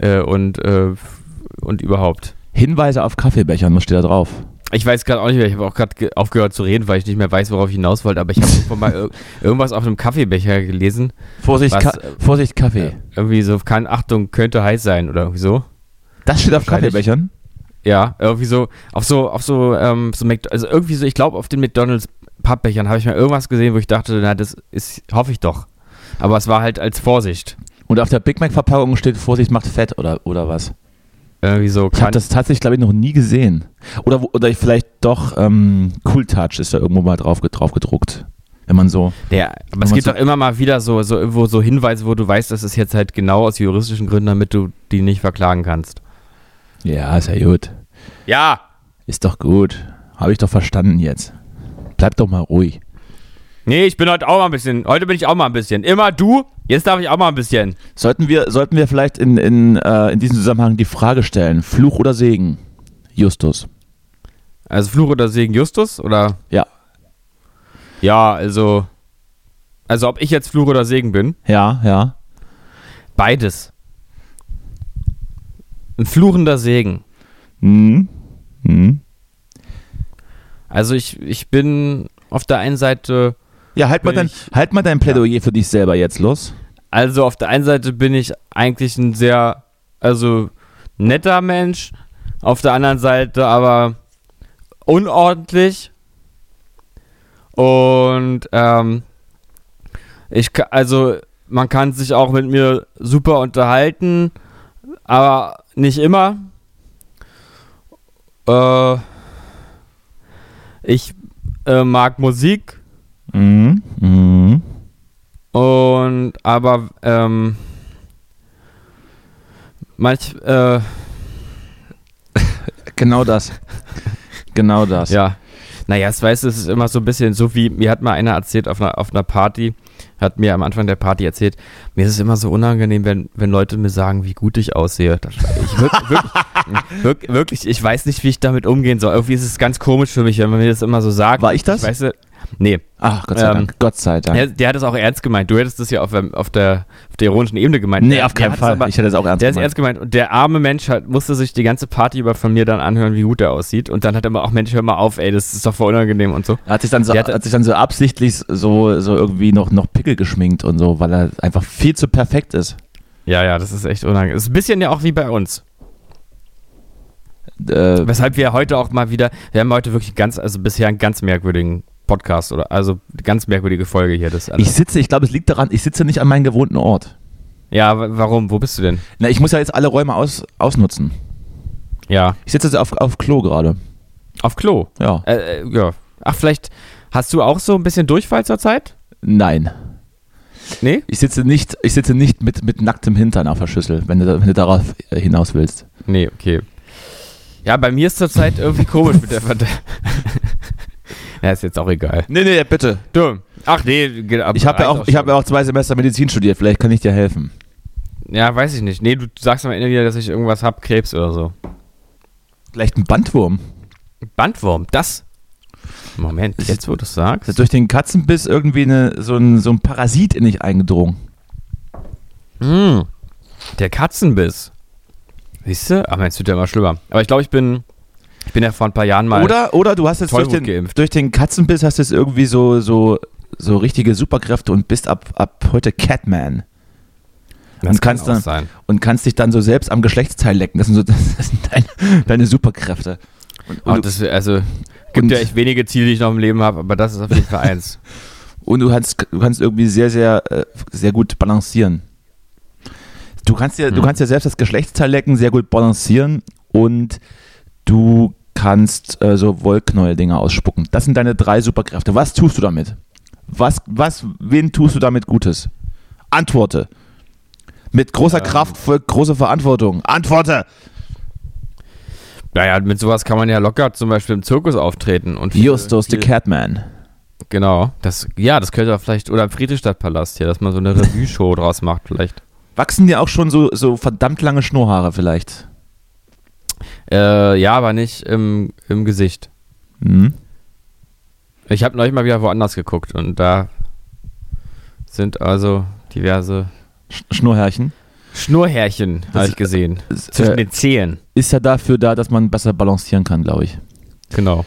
[SPEAKER 3] Äh, und, äh, und überhaupt.
[SPEAKER 4] Hinweise auf Kaffeebechern, was steht da drauf?
[SPEAKER 3] Ich weiß gerade auch nicht mehr, ich habe auch gerade ge- aufgehört zu reden, weil ich nicht mehr weiß, worauf ich hinaus wollte, aber ich habe irgendwann mal ir irgendwas auf einem Kaffeebecher gelesen.
[SPEAKER 4] Vorsicht,
[SPEAKER 3] Was?
[SPEAKER 4] Ka Vorsicht Kaffee.
[SPEAKER 3] Äh, irgendwie so, kann, Achtung, könnte heiß sein oder irgendwie so.
[SPEAKER 4] Das steht auf
[SPEAKER 3] wahrscheinlich-
[SPEAKER 4] Kaffeebechern?
[SPEAKER 3] Ja, irgendwie so, auf so, auf so, ähm, so Mc also irgendwie so, ich glaube, auf den McDonalds Pappbechern habe ich mal irgendwas gesehen, wo ich dachte, na, das ist, hoffe ich doch. Aber es war halt als Vorsicht.
[SPEAKER 4] Und auf der Big Mac-Verpackung steht Vorsicht macht fett oder, oder was?
[SPEAKER 3] Irgendwie so,
[SPEAKER 4] Ich habe
[SPEAKER 3] kann,
[SPEAKER 4] das tatsächlich, glaube ich, noch nie gesehen. Oder, wo- oder ich vielleicht doch ähm, Cool Touch ist da irgendwo mal drauf, drauf gedruckt. Wenn man so.
[SPEAKER 3] der, aber es
[SPEAKER 4] man
[SPEAKER 3] gibt
[SPEAKER 4] so-
[SPEAKER 3] doch immer mal wieder so, so irgendwo so Hinweise, wo du weißt, das ist jetzt halt genau aus juristischen Gründen, damit du die nicht verklagen kannst.
[SPEAKER 4] Ja, ist ja gut.
[SPEAKER 3] Ja!
[SPEAKER 4] Ist doch gut. Habe ich doch verstanden jetzt. Bleib doch mal ruhig.
[SPEAKER 3] Nee, ich bin heute auch mal ein bisschen, heute bin ich auch mal ein bisschen. Immer du, jetzt darf ich auch mal ein bisschen.
[SPEAKER 4] Sollten wir, sollten wir vielleicht in, in, äh, in diesem Zusammenhang die Frage stellen: Fluch oder Segen? Justus.
[SPEAKER 3] Also Fluch oder Segen Justus oder?
[SPEAKER 4] Ja.
[SPEAKER 3] Ja, also, also ob ich jetzt Fluch oder Segen bin?
[SPEAKER 4] Ja, ja.
[SPEAKER 3] Beides. Ein fluchender Segen.
[SPEAKER 4] Hm. Hm.
[SPEAKER 3] Also ich, ich bin auf der einen Seite,
[SPEAKER 4] Ja, halt mal,
[SPEAKER 3] Bin
[SPEAKER 4] dein, halt mal dein Plädoyer für dich selber jetzt los.
[SPEAKER 3] also auf der einen Seite bin ich eigentlich ein sehr, also netter Mensch, auf der anderen Seite aber unordentlich und ähm, ich, ka- also man kann sich auch mit mir super unterhalten, aber nicht immer. Äh, ich äh, mag Musik.
[SPEAKER 4] Mhm. Mhm.
[SPEAKER 3] Und aber ähm, manch äh,
[SPEAKER 4] Genau das. genau das.
[SPEAKER 3] ja. Naja, es weiß, es ist immer so ein bisschen so wie, mir hat mal einer erzählt auf einer, auf einer Party, hat mir am Anfang der Party erzählt, mir ist es immer so unangenehm, wenn, wenn Leute mir sagen, wie gut ich aussehe. Das- Ich wirklich, wirklich, wirklich, wirklich, ich weiß nicht, wie ich damit umgehen soll. Irgendwie ist es ganz komisch für mich, wenn man mir das immer so sagt.
[SPEAKER 4] War ich das? Ah.
[SPEAKER 3] Ich weiß, äh, nee,
[SPEAKER 4] Ach, Gott sei
[SPEAKER 3] Ähm,
[SPEAKER 4] Dank. Gott sei Dank.
[SPEAKER 3] der, der hat es auch ernst gemeint. Du hättest es ja auf, ähm, auf, der, auf der ironischen Ebene gemeint.
[SPEAKER 4] nee,
[SPEAKER 3] Der-
[SPEAKER 4] auf
[SPEAKER 3] der
[SPEAKER 4] keinen
[SPEAKER 3] hat es
[SPEAKER 4] Fall.
[SPEAKER 3] aber-
[SPEAKER 4] ich hätte es auch ernst
[SPEAKER 3] Der ist
[SPEAKER 4] gemeint.
[SPEAKER 3] ernst gemeint. Und der arme Mensch hat, musste sich die ganze Party über von mir dann anhören, wie gut er aussieht. Und dann hat er immer auch, Mensch, hör mal auf, ey, das ist doch voll unangenehm und so.
[SPEAKER 4] Er hat sich dann so,
[SPEAKER 3] Der hat-
[SPEAKER 4] hat sich dann so absichtlich so, so irgendwie noch, noch Pickel geschminkt und so, weil er einfach viel zu perfekt ist.
[SPEAKER 3] Ja, ja, das ist echt unangenehm. Ist ein bisschen ja auch wie bei uns.
[SPEAKER 4] Äh,
[SPEAKER 3] Weshalb wir heute auch mal wieder, wir haben heute wirklich ganz, also bisher einen ganz merkwürdigen Podcast oder, also eine ganz merkwürdige Folge hier. Das
[SPEAKER 4] ich
[SPEAKER 3] alles.
[SPEAKER 4] sitze, ich glaube, es liegt daran, ich sitze nicht an meinem gewohnten Ort.
[SPEAKER 3] Ja, wa- warum? Wo bist du denn?
[SPEAKER 4] Na, ich muss ja jetzt alle Räume aus, ausnutzen.
[SPEAKER 3] Ja,
[SPEAKER 4] Ich sitze jetzt auf, auf Klo gerade.
[SPEAKER 3] auf Klo.
[SPEAKER 4] Ja.
[SPEAKER 3] Äh, äh, ja. Ach, vielleicht hast du auch so ein bisschen Durchfall zurzeit?
[SPEAKER 4] Nein.
[SPEAKER 3] Nee?
[SPEAKER 4] Ich sitze nicht, ich sitze nicht mit, mit nacktem Hintern auf der Schüssel, wenn du, da- wenn du darauf äh, hinaus willst.
[SPEAKER 3] Nee, okay. Ja, bei mir ist zurzeit irgendwie komisch mit der Verte Ja, ist jetzt auch egal.
[SPEAKER 4] Nee, nee, bitte.
[SPEAKER 3] Du, ach nee, geht ab- also
[SPEAKER 4] Ich habe ja,
[SPEAKER 3] reicht
[SPEAKER 4] auch- ich hab ja
[SPEAKER 3] schon.
[SPEAKER 4] auch zwei Semester Medizin studiert, vielleicht kann ich dir helfen.
[SPEAKER 3] Ja, weiß ich nicht. Nee, du sagst am Ende wieder, dass ich irgendwas hab, Krebs oder so.
[SPEAKER 4] Vielleicht ein Bandwurm.
[SPEAKER 3] Bandwurm, das. Moment, jetzt wo du es
[SPEAKER 4] Ist
[SPEAKER 3] sagst.
[SPEAKER 4] durch den Katzenbiss irgendwie eine, so, ein, so ein Parasit in dich eingedrungen.
[SPEAKER 3] Hm, der Katzenbiss. Siehst du? Ach, meinst du, der immer schlimmer. Aber ich glaube, ich bin, ich bin ja vor ein paar Jahren mal.
[SPEAKER 4] Oder, oder du hast jetzt durch
[SPEAKER 3] Tollwut
[SPEAKER 4] den,
[SPEAKER 3] geimpft.
[SPEAKER 4] durch den Katzenbiss hast du jetzt irgendwie so, so, so richtige Superkräfte und bist ab, ab heute Catman.
[SPEAKER 3] das
[SPEAKER 4] und kannst
[SPEAKER 3] kann auch
[SPEAKER 4] dann-
[SPEAKER 3] sein.
[SPEAKER 4] Und kannst dich dann so selbst am Geschlechtsteil lecken. Das sind, so, das sind deine, deine Superkräfte. Und,
[SPEAKER 3] Aber
[SPEAKER 4] und,
[SPEAKER 3] das, also, gibt
[SPEAKER 4] und-
[SPEAKER 3] ja echt wenige Ziele, die ich noch im Leben habe, aber das ist auf jeden Fall eins.
[SPEAKER 4] du, und du kannst, du kannst irgendwie sehr, sehr, äh, sehr gut balancieren. Du kannst ja, du kannst ja selbst das Geschlechtsteil lecken, sehr gut balancieren und du kannst äh, so Wollknäuel-Dinger ausspucken. Das sind deine drei Superkräfte. Was tust du damit? Was, was, wen tust du damit Gutes? Antworte. Mit großer Kraft folgt große Verantwortung. Antworte!
[SPEAKER 3] Naja, mit sowas kann man ja locker zum Beispiel im Zirkus auftreten. Und viel-
[SPEAKER 4] Justus the
[SPEAKER 3] viel-
[SPEAKER 4] Catman.
[SPEAKER 3] Genau. Das, ja, das könnte er vielleicht, oder im Friedrichstadtpalast hier, dass man so eine Revue-Show draus macht vielleicht.
[SPEAKER 4] Wachsen dir auch schon so, so verdammt lange Schnurrhaare vielleicht?
[SPEAKER 3] Äh, ja, aber nicht im, im Gesicht.
[SPEAKER 4] Hm?
[SPEAKER 3] Ich habe neulich mal wieder woanders geguckt und da sind also diverse
[SPEAKER 4] Sch Schnurrhärchen?
[SPEAKER 3] Schnurrhärchen, habe
[SPEAKER 4] Das-
[SPEAKER 3] ich gesehen.
[SPEAKER 4] das-
[SPEAKER 3] Zwischen
[SPEAKER 4] äh,
[SPEAKER 3] den Zehen.
[SPEAKER 4] Ist ja dafür da, dass man besser balancieren kann, glaube ich.
[SPEAKER 3] Genau.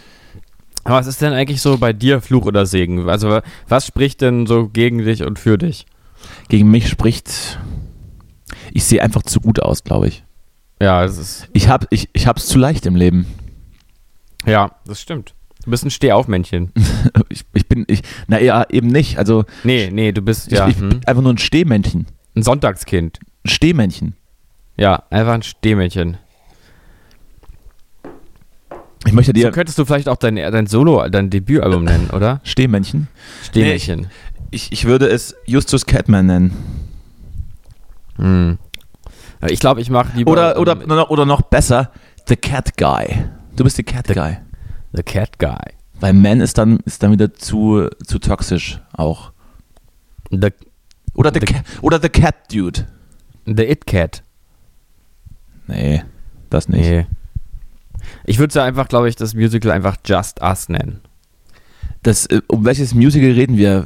[SPEAKER 3] Aber was ist denn eigentlich so bei dir Fluch oder Segen? Also wa- was spricht denn so gegen dich und für dich?
[SPEAKER 4] Gegen mich spricht. Ich sehe einfach zu gut aus, glaube ich.
[SPEAKER 3] Ja, es ist.
[SPEAKER 4] Ich habe ich, ich hab's zu leicht im Leben.
[SPEAKER 3] Ja, das stimmt. Du bist ein Stehaufmännchen.
[SPEAKER 4] Ich, ich bin, ich, naja, eben nicht. Also,
[SPEAKER 3] Nee, nee, du bist
[SPEAKER 4] ich,
[SPEAKER 3] ja
[SPEAKER 4] ich
[SPEAKER 3] hm,
[SPEAKER 4] bin einfach nur ein Stehmännchen.
[SPEAKER 3] ein Sonntagskind.
[SPEAKER 4] Ein Stehmännchen.
[SPEAKER 3] Ja, einfach ein Stehmännchen.
[SPEAKER 4] Ich möchte
[SPEAKER 3] So
[SPEAKER 4] dir.
[SPEAKER 3] könntest du vielleicht auch dein, dein Solo, dein Debütalbum nennen, oder?
[SPEAKER 4] Stehmännchen?
[SPEAKER 3] Stehmännchen.
[SPEAKER 4] Ich, ich würde es Justus Catman nennen.
[SPEAKER 3] Hm. Ich glaube, ich mache lieber
[SPEAKER 4] Oder, oder,
[SPEAKER 3] ähm,
[SPEAKER 4] oder, noch besser, The Cat Guy. Du bist The Cat Guy.
[SPEAKER 3] The Cat Guy.
[SPEAKER 4] Weil Man ist dann, ist dann wieder zu, zu toxisch auch.
[SPEAKER 3] The,
[SPEAKER 4] Oder the, Ca- oder the Cat Dude.
[SPEAKER 3] the It Cat.
[SPEAKER 4] Nee, das nicht.
[SPEAKER 3] Nee. Ich würde ja einfach, glaube ich, das Musical einfach Just Us nennen.
[SPEAKER 4] Das, äh, um welches Musical reden wir?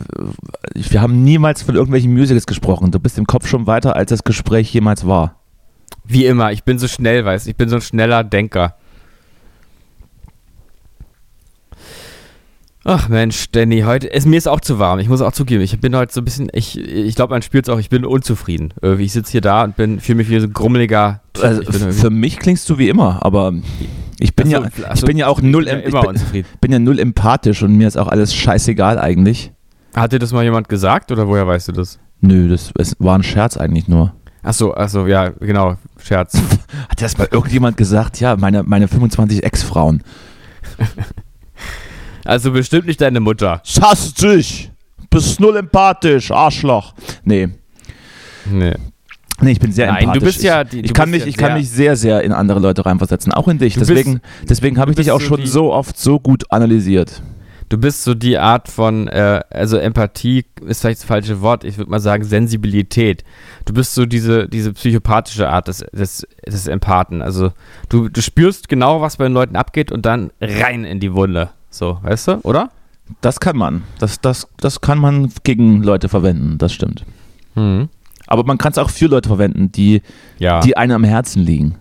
[SPEAKER 4] Wir haben niemals von irgendwelchen Musicals gesprochen. Du bist im Kopf schon weiter, als das Gespräch jemals war.
[SPEAKER 3] Wie immer, ich bin so schnell, weiß ich bin so ein schneller Denker. Ach Mensch, Danny, heute es mir ist auch zu warm. Ich muss auch zugeben, ich bin heute so ein bisschen, ich, ich glaube, man spürt es auch. Ich bin unzufrieden. Irgendwie, Ich sitze hier da und bin fühle mich wie so ein grummeliger. Typ.
[SPEAKER 4] Also,
[SPEAKER 3] ich bin irgendwie-
[SPEAKER 4] für mich klingst du wie immer, aber ich bin,
[SPEAKER 3] Ach so,
[SPEAKER 4] ja,
[SPEAKER 3] ach
[SPEAKER 4] ich
[SPEAKER 3] so,
[SPEAKER 4] bin ja auch null,
[SPEAKER 3] ja
[SPEAKER 4] em-
[SPEAKER 3] immer
[SPEAKER 4] ich bin,
[SPEAKER 3] unzufrieden.
[SPEAKER 4] bin ja null empathisch und mir ist auch alles scheißegal eigentlich.
[SPEAKER 3] Hat dir das mal jemand gesagt oder woher weißt du das?
[SPEAKER 4] Nö, das es war ein Scherz eigentlich nur.
[SPEAKER 3] Ach so, ach so, ja, genau, Scherz.
[SPEAKER 4] Hat das mal irgendjemand gesagt? Ja, meine, meine 25 Ex-Frauen.
[SPEAKER 3] Also bestimmt nicht deine Mutter.
[SPEAKER 4] Ich hasse dich! Bist null empathisch, Arschloch! Nee.
[SPEAKER 3] Nee.
[SPEAKER 4] Nee, ich bin sehr
[SPEAKER 3] Nein, du
[SPEAKER 4] empathisch.
[SPEAKER 3] bist ja
[SPEAKER 4] Ich-
[SPEAKER 3] die-
[SPEAKER 4] ich
[SPEAKER 3] du
[SPEAKER 4] kann
[SPEAKER 3] bist
[SPEAKER 4] mich,
[SPEAKER 3] ja
[SPEAKER 4] ich kann
[SPEAKER 3] sehr-
[SPEAKER 4] mich sehr, sehr in andere Leute reinversetzen, auch in dich.
[SPEAKER 3] Du bist-
[SPEAKER 4] Deswegen, deswegen habe ich
[SPEAKER 3] du
[SPEAKER 4] dich
[SPEAKER 3] bist
[SPEAKER 4] auch
[SPEAKER 3] so
[SPEAKER 4] schon
[SPEAKER 3] die-
[SPEAKER 4] so oft so gut analysiert.
[SPEAKER 3] Du bist so die Art von, äh, also Empathie ist vielleicht das falsche Wort, ich würde mal sagen Sensibilität. Du bist so diese, diese psychopathische Art des, des, des Empathen. Also du, du spürst genau, was bei den Leuten abgeht und dann rein in die Wunde. So, weißt du, oder?
[SPEAKER 4] Das kann man. Das, das, das kann man gegen Leute verwenden, das stimmt.
[SPEAKER 3] Mhm.
[SPEAKER 4] Aber man kann es auch für Leute verwenden, die,
[SPEAKER 3] Ja.
[SPEAKER 4] die einem am Herzen liegen.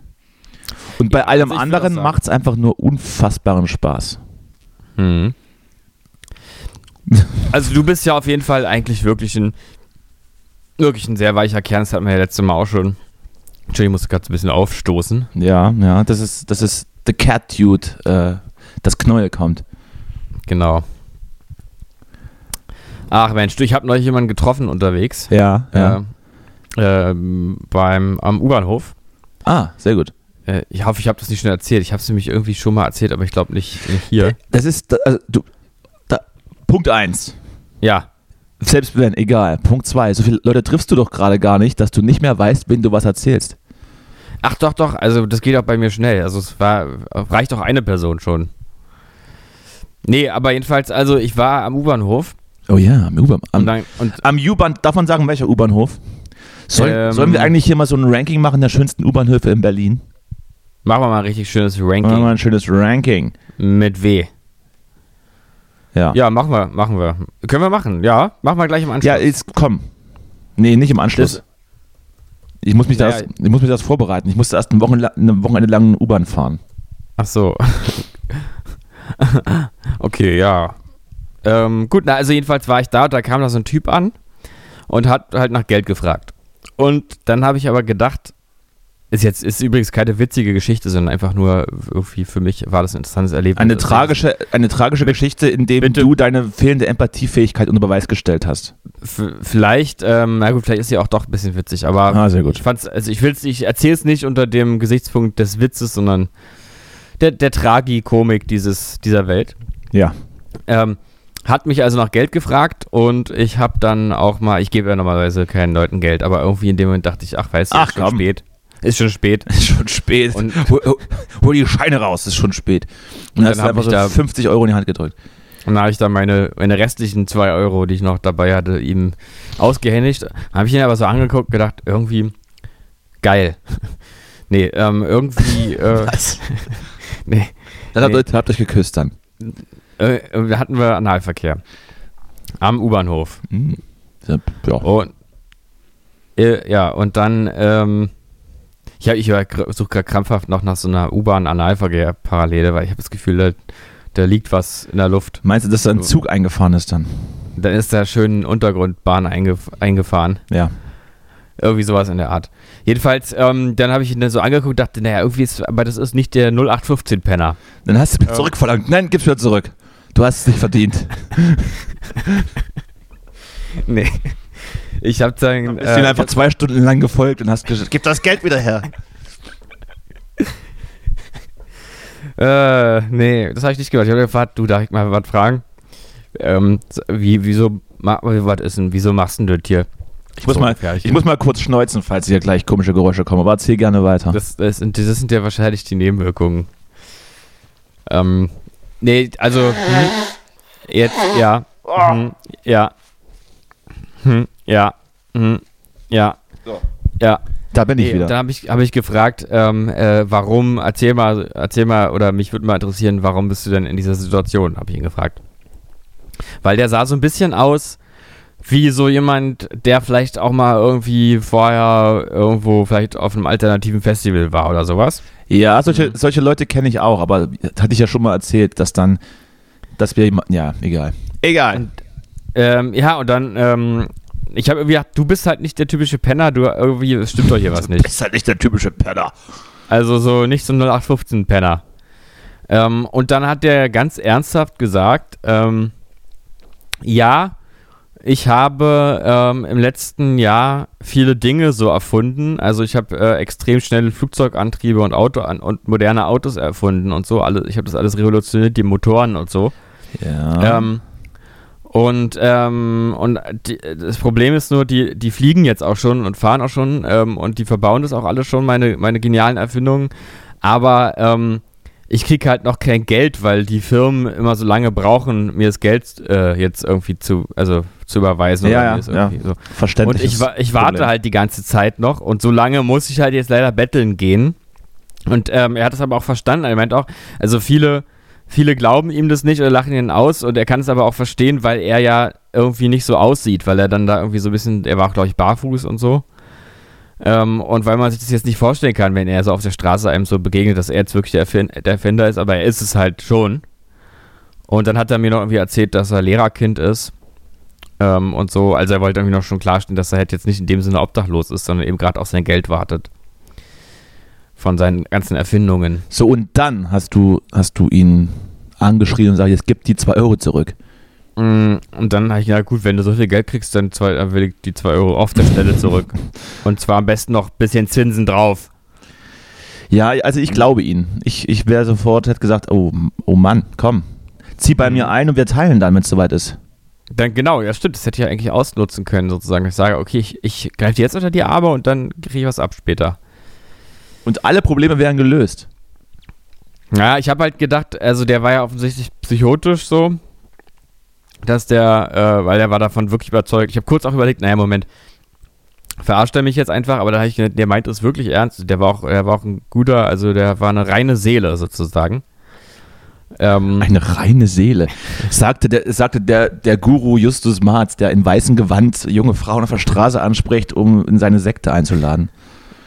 [SPEAKER 4] Und bei allem
[SPEAKER 3] also ich würd auch
[SPEAKER 4] anderen
[SPEAKER 3] sagen-
[SPEAKER 4] macht es einfach nur unfassbaren Spaß.
[SPEAKER 3] Mhm. Also du bist ja auf jeden Fall eigentlich wirklich ein wirklich ein sehr weicher Kern, das hatten wir ja letztes Mal auch schon. Entschuldigung, ich musste gerade so ein bisschen aufstoßen.
[SPEAKER 4] Ja, ja, das ist, das ist The Cat Dude, äh, das Knäuel kommt.
[SPEAKER 3] Genau. Ach Mensch, du, ich habe neulich jemanden getroffen unterwegs.
[SPEAKER 4] Ja, ja.
[SPEAKER 3] Äh, ähm, beim, am U-Bahnhof.
[SPEAKER 4] Ah, sehr gut.
[SPEAKER 3] Äh, ich hoffe, ich habe das nicht schon erzählt. Ich habe es nämlich irgendwie schon mal erzählt, aber ich glaube nicht, nicht hier.
[SPEAKER 4] Das ist, also, du, da, Punkt 1.
[SPEAKER 3] Ja,
[SPEAKER 4] Selbst wenn, egal. Punkt 2. So viele Leute triffst du doch gerade gar nicht, dass du nicht mehr weißt, wen du was erzählst.
[SPEAKER 3] Ach doch, doch, also das geht auch bei mir schnell. Also es war, reicht auch eine Person schon. Nee, aber jedenfalls, also ich war am U-Bahnhof
[SPEAKER 4] Oh ja, am U-Bahn.
[SPEAKER 3] und
[SPEAKER 4] Am,
[SPEAKER 3] dann, und
[SPEAKER 4] am U-Bahn, darf man sagen, welcher U-Bahnhof? Soll,
[SPEAKER 3] Ähm.
[SPEAKER 4] sollen wir eigentlich hier mal so ein Ranking machen der schönsten U-Bahnhöfe in Berlin?
[SPEAKER 3] machen wir mal ein richtig schönes
[SPEAKER 4] Machen wir
[SPEAKER 3] Ranking
[SPEAKER 4] mal ein schönes Ranking.
[SPEAKER 3] mit W.
[SPEAKER 4] Ja.
[SPEAKER 3] Ja, machen wir, machen wir. Können wir machen, ja. Machen wir gleich im Anschluss.
[SPEAKER 4] Ja, jetzt komm. Nee, nicht im Anschluss.
[SPEAKER 3] Das-
[SPEAKER 4] ich, muss mich da
[SPEAKER 3] Ja.
[SPEAKER 4] erst- ich muss mich das vorbereiten. Ich musste erst ein Wochenla- eine Wochenende lang U-Bahn fahren.
[SPEAKER 3] Ach so. okay, ja. Ähm, gut, na, also jedenfalls war ich da und da kam da so ein Typ an und hat halt nach Geld gefragt. Und dann habe ich aber gedacht, Ist jetzt ist übrigens keine witzige Geschichte, sondern einfach nur irgendwie für mich war das ein interessantes Erlebnis. Also
[SPEAKER 4] Eine tragische, eine tragische Geschichte, in dem du deine fehlende Empathiefähigkeit unter Beweis gestellt hast.
[SPEAKER 3] V vielleicht, ähm, na gut, vielleicht ist sie auch doch ein bisschen witzig, aber
[SPEAKER 4] Ah, sehr gut.
[SPEAKER 3] ich fand's, also ich will's, ich erzähl's nicht unter dem Gesichtspunkt des Witzes, sondern der, der Tragikomik dieses, dieser Welt.
[SPEAKER 4] Ja.
[SPEAKER 3] Ähm, hat mich also nach Geld gefragt und ich habe dann auch mal, ich gebe ja normalerweise keinen Leuten Geld, aber irgendwie in dem Moment dachte ich, ach, weißt du,
[SPEAKER 4] Ach,
[SPEAKER 3] ist schon
[SPEAKER 4] komm.
[SPEAKER 3] spät. Ist schon spät.
[SPEAKER 4] Ist schon spät.
[SPEAKER 3] Und-
[SPEAKER 4] hol, hol- hol die Scheine raus, ist schon spät. Und,
[SPEAKER 3] dann
[SPEAKER 4] hast du
[SPEAKER 3] hab
[SPEAKER 4] einfach
[SPEAKER 3] ich
[SPEAKER 4] so
[SPEAKER 3] da-
[SPEAKER 4] 50 Euro in die Hand gedrückt.
[SPEAKER 3] Und dann habe ich dann meine, meine restlichen 2 Euro, die ich noch dabei hatte, ihm ausgehändigt. Habe ich ihn aber so angeguckt, gedacht, irgendwie geil. nee, ähm, irgendwie, äh,
[SPEAKER 4] Was?
[SPEAKER 3] nee,
[SPEAKER 4] Dann habt,
[SPEAKER 3] Nee.
[SPEAKER 4] ihr- habt euch geküsst dann.
[SPEAKER 3] äh, äh, hatten wir Analverkehr. Am U-Bahnhof.
[SPEAKER 4] Ja.
[SPEAKER 3] Und, äh, ja, und dann, ähm, ich, hab- ich suche gerade krampfhaft noch nach so einer U-Bahn-Analverkehr-Parallele, weil ich habe das Gefühl, da, da liegt was in der Luft.
[SPEAKER 4] Meinst du, dass da ein Zug eingefahren ist dann?
[SPEAKER 3] Da ist da schön Untergrundbahn eingef eingefahren.
[SPEAKER 4] Ja.
[SPEAKER 3] Irgendwie sowas in der Art. Jedenfalls, ähm, dann habe ich ihn dann so angeguckt dachte, naja, irgendwie ist, aber das ist nicht der 0815-Penner.
[SPEAKER 4] Dann hast du mir zurückverlangt. Nein, gib's mir zurück. Du hast es nicht verdient.
[SPEAKER 3] Nee. Ich habe dann.
[SPEAKER 4] Bist ihm einfach zwei Stunden lang gefolgt und hast gesagt, gib das Geld wieder her.
[SPEAKER 3] Äh, äh, nee, das habe ich nicht gemacht. Ich habe gefragt, du darf ich mal was fragen? Ähm, wie, wieso, ma, was ist denn, wieso machst denn das hier?
[SPEAKER 4] Ich muss,
[SPEAKER 3] So
[SPEAKER 4] mal,
[SPEAKER 3] ungefähr.
[SPEAKER 4] ich muss mal kurz schneuzen, falls hier gleich komische Geräusche kommen. Aber erzähl gerne weiter.
[SPEAKER 3] Das, das, sind, das sind ja wahrscheinlich die Nebenwirkungen. Ähm, nee, also hm, jetzt, ja. Hm, ja. Hm, ja. Hm, ja. Ja.
[SPEAKER 4] da bin ich
[SPEAKER 3] Nee,
[SPEAKER 4] wieder.
[SPEAKER 3] Da habe ich, hab ich gefragt, ähm, äh, warum, erzähl mal, erzähl mal, oder mich würde mal interessieren, warum bist du denn in dieser Situation, habe ich ihn gefragt. Weil der sah so ein bisschen aus wie so jemand, der vielleicht auch mal irgendwie vorher irgendwo vielleicht auf einem alternativen Festival war oder sowas.
[SPEAKER 4] ja, solche, solche Leute kenne ich auch, aber das hatte ich ja schon mal erzählt, dass dann, dass wir jemanden, ja, egal. Egal.
[SPEAKER 3] Ähm, ja, und dann, ähm, ich habe irgendwie gedacht, du bist halt nicht der typische Penner, du irgendwie, es stimmt doch hier was nicht.
[SPEAKER 4] Ist halt nicht der typische Penner.
[SPEAKER 3] Also so nicht so ein 0815-Penner. Ähm, und dann hat der ganz ernsthaft gesagt, ähm, ja, ich habe ähm, im letzten Jahr viele Dinge so erfunden. Also ich habe äh, extrem schnelle Flugzeugantriebe und Auto an, und moderne Autos erfunden und so. Alle, ich habe das alles revolutioniert, die Motoren und so.
[SPEAKER 4] Ja.
[SPEAKER 3] Ähm, und ähm, und die, das Problem ist nur, die, die fliegen jetzt auch schon und fahren auch schon ähm, und die verbauen das auch alles schon, meine, meine genialen Erfindungen. Aber ähm, ich kriege halt noch kein Geld, weil die Firmen immer so lange brauchen, mir das Geld äh, jetzt irgendwie zu, also zu überweisen.
[SPEAKER 4] Ja,
[SPEAKER 3] oder
[SPEAKER 4] ja,
[SPEAKER 3] mir das irgendwie
[SPEAKER 4] ja.
[SPEAKER 3] So. Und
[SPEAKER 4] verständlich.
[SPEAKER 3] ich, wa- ich warte halt die ganze Zeit noch und so lange muss ich halt jetzt leider betteln gehen. Und ähm, er hat es aber auch verstanden. Er meint auch, also viele, viele glauben ihm das nicht oder lachen ihn aus und er kann es aber auch verstehen, weil er ja irgendwie nicht so aussieht, weil er dann da irgendwie so ein bisschen, er war auch, glaube ich, barfuß und so. Ähm, und weil man sich das jetzt nicht vorstellen kann, wenn er so auf der Straße einem so begegnet, dass er jetzt wirklich der, Erfin der Erfinder ist, aber er ist es halt schon. Und dann hat er mir noch irgendwie erzählt, dass er Lehrerkind ist ähm, und so. Also er wollte irgendwie noch schon klarstellen, dass er halt jetzt nicht in dem Sinne obdachlos ist, sondern eben gerade auf sein Geld wartet. Von seinen ganzen Erfindungen.
[SPEAKER 4] So, und dann hast du, hast du ihn angeschrien und sagst, jetzt gib die 2 Euro zurück.
[SPEAKER 3] Mm, Und dann habe ich gedacht, gut, wenn du so viel Geld kriegst, dann, zwei, dann will ich die 2 Euro auf der Stelle zurück. und zwar am besten noch ein bisschen Zinsen drauf.
[SPEAKER 4] Ja, also ich glaube ihn. Ich, ich wäre sofort, hätte gesagt, oh, oh Mann, komm, zieh bei mir ein und wir teilen dann, wenn es soweit ist.
[SPEAKER 3] Dann genau, ja stimmt, das hätte ich ja eigentlich ausnutzen können, sozusagen. Ich sage, okay, ich, ich greife dir jetzt unter die Arme und dann kriege ich was ab später.
[SPEAKER 4] Und alle Probleme wären gelöst.
[SPEAKER 3] Ja, ich habe halt gedacht, also der war ja offensichtlich psychotisch so, dass der, äh, weil der war davon wirklich überzeugt. Ich habe kurz auch überlegt, naja, Moment, verarscht er mich jetzt einfach, aber da habe ich gedacht, der meint es wirklich ernst. Der war auch, der war auch ein guter, also der war eine reine Seele sozusagen. Ähm,
[SPEAKER 4] Eine reine Seele, sagte der, sagte der, der Guru Justus Marz, der in weißem Gewand junge Frauen auf der Straße anspricht, um in seine Sekte einzuladen.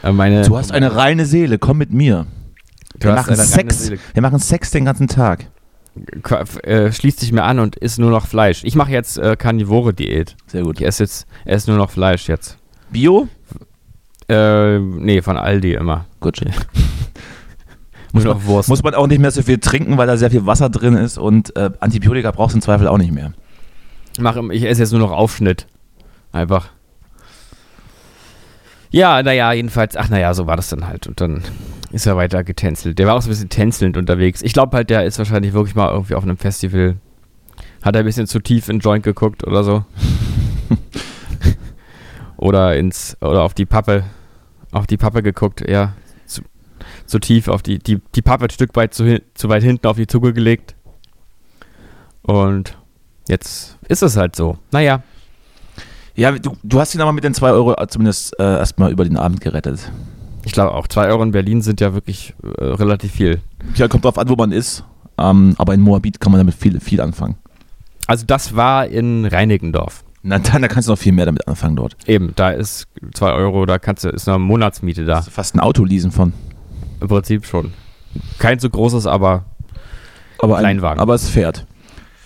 [SPEAKER 3] äh, meine,
[SPEAKER 4] Du hast eine reine Seele, komm mit mir.
[SPEAKER 3] du
[SPEAKER 4] Wir
[SPEAKER 3] hast
[SPEAKER 4] machen
[SPEAKER 3] eine reine
[SPEAKER 4] Sex,
[SPEAKER 3] Seele.
[SPEAKER 4] wir machen Sex den ganzen Tag.
[SPEAKER 3] Qua- äh, schließt dich mir an und isst nur noch Fleisch. Ich mache jetzt äh, Karnivore-Diät.
[SPEAKER 4] Sehr gut.
[SPEAKER 3] Ich esse jetzt, esse nur noch Fleisch jetzt.
[SPEAKER 4] Bio?
[SPEAKER 3] Äh, Äh, nee, von Aldi immer.
[SPEAKER 4] Gut.
[SPEAKER 3] Muss auch Wurst.
[SPEAKER 4] Muss man auch nicht mehr so viel trinken, weil da sehr viel Wasser drin ist und äh, Antibiotika brauchst du im Zweifel auch nicht mehr.
[SPEAKER 3] Mach, im- ich esse jetzt nur noch Aufschnitt. Einfach. Ja, naja, jedenfalls, ach naja, so war das dann halt. Und dann ist er weiter getänzelt. Der war auch so ein bisschen tänzelnd unterwegs. Ich glaube halt, der ist wahrscheinlich wirklich mal irgendwie auf einem Festival. Hat er ein bisschen zu tief in den Joint geguckt oder so. oder ins, oder auf die Pappe. Auf die Pappe geguckt, ja. Zu, zu tief auf die, die, die Pappe ein Stück weit zu, hin- zu weit hinten auf die Zunge gelegt. Und Jetzt ist es halt so. Naja,
[SPEAKER 4] Ja, du, du hast ihn aber mit den 2 Euro zumindest äh, erstmal über den Abend gerettet.
[SPEAKER 3] ich glaube auch, 2 Euro in Berlin sind ja wirklich äh, relativ viel.
[SPEAKER 4] Ja, kommt drauf an, wo man ist. Ähm, aber in Moabit kann man damit viel, viel anfangen.
[SPEAKER 3] Also das war in Reinickendorf.
[SPEAKER 4] Na dann, da kannst du noch viel mehr damit anfangen dort.
[SPEAKER 3] Eben, da ist 2 Euro, da kannst du, ist eine Monatsmiete da.
[SPEAKER 4] Hast du Also fast ein Auto leasen von.
[SPEAKER 3] Im Prinzip schon. Kein so großes, aber
[SPEAKER 4] Aber ein,
[SPEAKER 3] Kleinwagen.
[SPEAKER 4] Aber es fährt.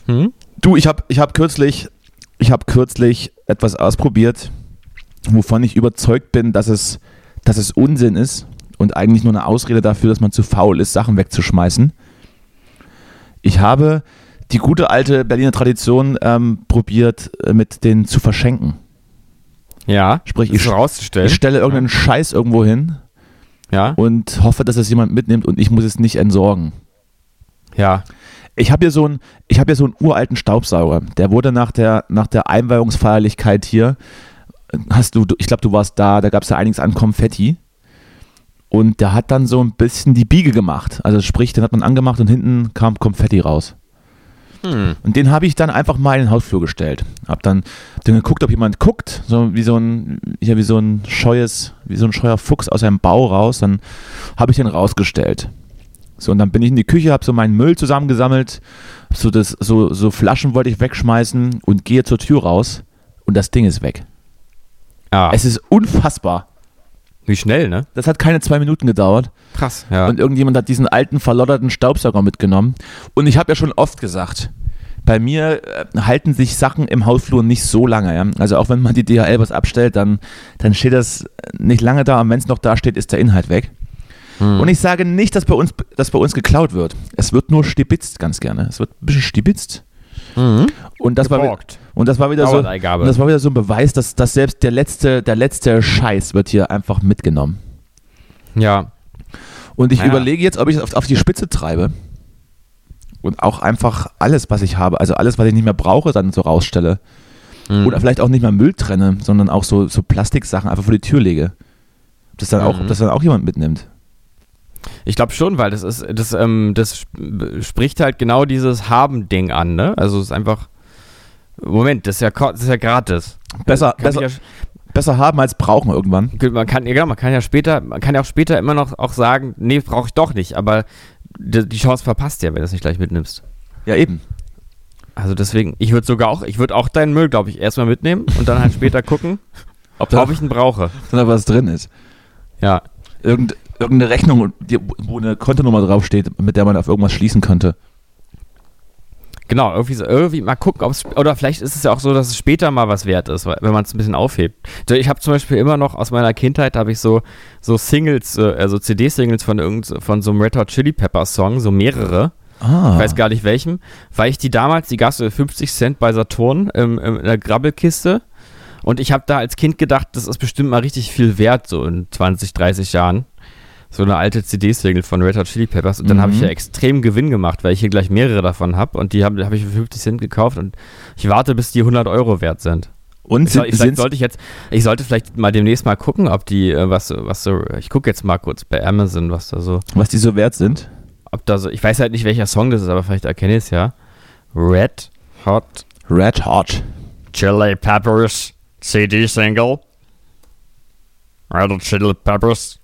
[SPEAKER 3] hm?
[SPEAKER 4] Du, ich habe ich hab kürzlich, ich habe kürzlich etwas ausprobiert, wovon ich überzeugt bin, dass es, dass es Unsinn ist und eigentlich nur eine Ausrede dafür, dass man zu faul ist, Sachen wegzuschmeißen. Ich habe die gute alte Berliner Tradition ähm, probiert, äh, mit denen zu verschenken.
[SPEAKER 3] ja,
[SPEAKER 4] Sprich,
[SPEAKER 3] ist
[SPEAKER 4] ich-
[SPEAKER 3] rauszustellen.
[SPEAKER 4] Ich stelle irgendeinen Scheiß irgendwo hin
[SPEAKER 3] ja,
[SPEAKER 4] und hoffe, dass es jemand mitnimmt und ich muss es nicht entsorgen.
[SPEAKER 3] ja.
[SPEAKER 4] Ich habe hier so einen, ich habe hier so einen uralten Staubsauger. Der wurde nach der, nach der Einweihungsfeierlichkeit hier, hast du, du- ich glaube, du warst da, da gab es ja einiges an Konfetti. Und der hat dann so ein bisschen die Biege gemacht. Also sprich, den hat man angemacht und hinten kam Konfetti raus. Und den habe ich dann einfach mal in den Hausflur gestellt. Hab dann, hab dann geguckt, ob jemand guckt, so wie so ein, ja, wie so ein scheues, wie so ein scheuer Fuchs aus einem Bau raus. Dann habe ich den rausgestellt. So, und dann bin ich in die Küche, habe so meinen Müll zusammengesammelt, hab so, das, so, so Flaschen wollte ich wegschmeißen und gehe zur Tür raus und das Ding ist weg.
[SPEAKER 3] Ah,
[SPEAKER 4] Es ist unfassbar.
[SPEAKER 3] wie schnell, ne?
[SPEAKER 4] Das hat keine zwei Minuten gedauert
[SPEAKER 3] Krass. Ja.
[SPEAKER 4] und irgendjemand hat diesen alten, verlodderten Staubsauger mitgenommen. Und ich habe ja schon oft gesagt, bei mir äh, halten sich Sachen im Hausflur nicht so lange. Ja? Also auch wenn man die DHL was abstellt, dann, dann steht das nicht lange da und wenn es noch da steht, ist der Inhalt weg. Und ich sage nicht, dass bei, uns, dass bei uns geklaut wird. Es wird nur stibitzt ganz gerne. Es wird ein bisschen stibitzt. Und, das war, wi-
[SPEAKER 3] Geborgt.
[SPEAKER 4] und, das war wieder so,
[SPEAKER 3] Dauereingabe.
[SPEAKER 4] und das war wieder so ein Beweis, dass, dass selbst der letzte, der letzte Scheiß wird hier einfach mitgenommen.
[SPEAKER 3] ja.
[SPEAKER 4] Und ich
[SPEAKER 3] Naja.
[SPEAKER 4] überlege jetzt, ob ich es auf, auf die Spitze treibe und auch einfach alles, was ich habe, also alles, was ich nicht mehr brauche, dann so rausstelle.
[SPEAKER 3] Hm.
[SPEAKER 4] Oder vielleicht auch nicht mehr Müll trenne, sondern auch so, so Plastiksachen einfach vor die Tür lege. Ob das dann,
[SPEAKER 3] Hm.
[SPEAKER 4] auch, ob das dann auch jemand mitnimmt.
[SPEAKER 3] Ich glaube schon, weil das ist, das, ähm, das sp- spricht halt genau dieses Haben-Ding an, ne? Also es ist einfach. Moment, das ist ja, ko- das ist ja gratis.
[SPEAKER 4] Besser,
[SPEAKER 3] Kann ich
[SPEAKER 4] besser,
[SPEAKER 3] ja,
[SPEAKER 4] besser haben als brauchen irgendwann.
[SPEAKER 3] Gut, man kann, ja, genau, man kann ja später, man kann ja auch später immer noch auch sagen, nee, brauche ich doch nicht, aber die, die Chance verpasst ja, wenn du es nicht gleich mitnimmst.
[SPEAKER 4] Ja, eben.
[SPEAKER 3] Also deswegen, ich würde sogar auch, ich würde auch deinen Müll, glaube ich, erstmal mitnehmen und dann halt später gucken, ob,
[SPEAKER 4] da-
[SPEAKER 3] ob ich ihn brauche.
[SPEAKER 4] Wenn da was drin ist.
[SPEAKER 3] Ja.
[SPEAKER 4] Irgend, irgendeine Rechnung, die, wo eine Kontonummer draufsteht, mit der man auf irgendwas schließen könnte.
[SPEAKER 3] Genau, irgendwie, so, irgendwie mal gucken, ob es. Oder vielleicht ist es ja auch so, dass es später mal was wert ist, weil- wenn man es ein bisschen aufhebt. So, Ich habe zum Beispiel immer noch aus meiner Kindheit habe ich so, so Singles, äh, also CD-Singles von irgend, von so einem Red Hot Chili Peppers Song, so mehrere. Ich weiß gar nicht welchem, weil ich die damals, die gab es für 50 Cent bei Saturn im, im, in der Grabbelkiste. Und ich habe da als Kind gedacht, das ist bestimmt mal richtig viel wert, so in 20, 30 Jahren. So eine alte CD-Single von Red Hot Chili Peppers. Und dann habe ich ja extrem Gewinn gemacht, weil ich hier gleich mehrere davon habe. Und die habe hab ich für 50 Cent gekauft. Und ich warte, bis die 100 Euro wert sind.
[SPEAKER 4] Und
[SPEAKER 3] Ich soll,
[SPEAKER 4] sind,
[SPEAKER 3] vielleicht
[SPEAKER 4] sind,
[SPEAKER 3] sollte ich jetzt, ich sollte vielleicht mal demnächst mal gucken, ob die, äh, was, was so, ich gucke jetzt mal kurz bei Amazon, was da so
[SPEAKER 4] was die so wert sind.
[SPEAKER 3] ob da so, ich weiß halt nicht, welcher Song das ist, aber vielleicht erkenne ich es ja. Red Hot
[SPEAKER 4] Red Hot.
[SPEAKER 3] Chili Peppers CD Single. Red Hot Chili Peppers.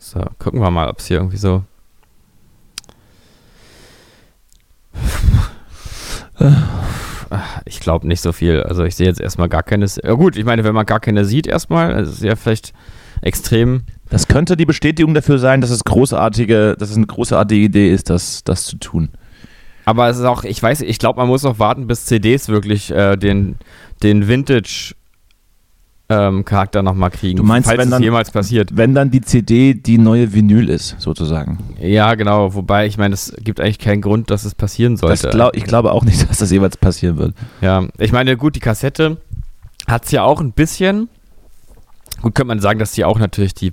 [SPEAKER 3] So, gucken wir mal, ob es hier irgendwie so. Ah, Ich glaube nicht so viel. Also ich sehe jetzt erstmal gar keine. Ja gut, ich meine, wenn man gar keine sieht erstmal, das ist ja vielleicht extrem
[SPEAKER 4] Das könnte die Bestätigung dafür sein, dass es großartige, dass es eine großartige Idee ist, das, das zu tun.
[SPEAKER 3] Aber es ist auch, ich weiß, ich glaube, man muss noch warten, bis CDs wirklich äh, den, den Vintage ähm, Charakter nochmal kriegen,
[SPEAKER 4] Du meinst,
[SPEAKER 3] falls
[SPEAKER 4] wenn
[SPEAKER 3] es
[SPEAKER 4] dann-
[SPEAKER 3] jemals passiert.
[SPEAKER 4] Wenn dann die CD die neue Vinyl ist, sozusagen.
[SPEAKER 3] Ja, genau, wobei ich meine, es gibt eigentlich keinen Grund, dass es passieren
[SPEAKER 4] Das
[SPEAKER 3] sollte.
[SPEAKER 4] glaub, ich glaube auch nicht, dass das jeweils passieren wird.
[SPEAKER 3] Ja, ich meine, gut, die Kassette hat es ja auch ein bisschen. Gut, könnte man sagen, dass sie auch natürlich die,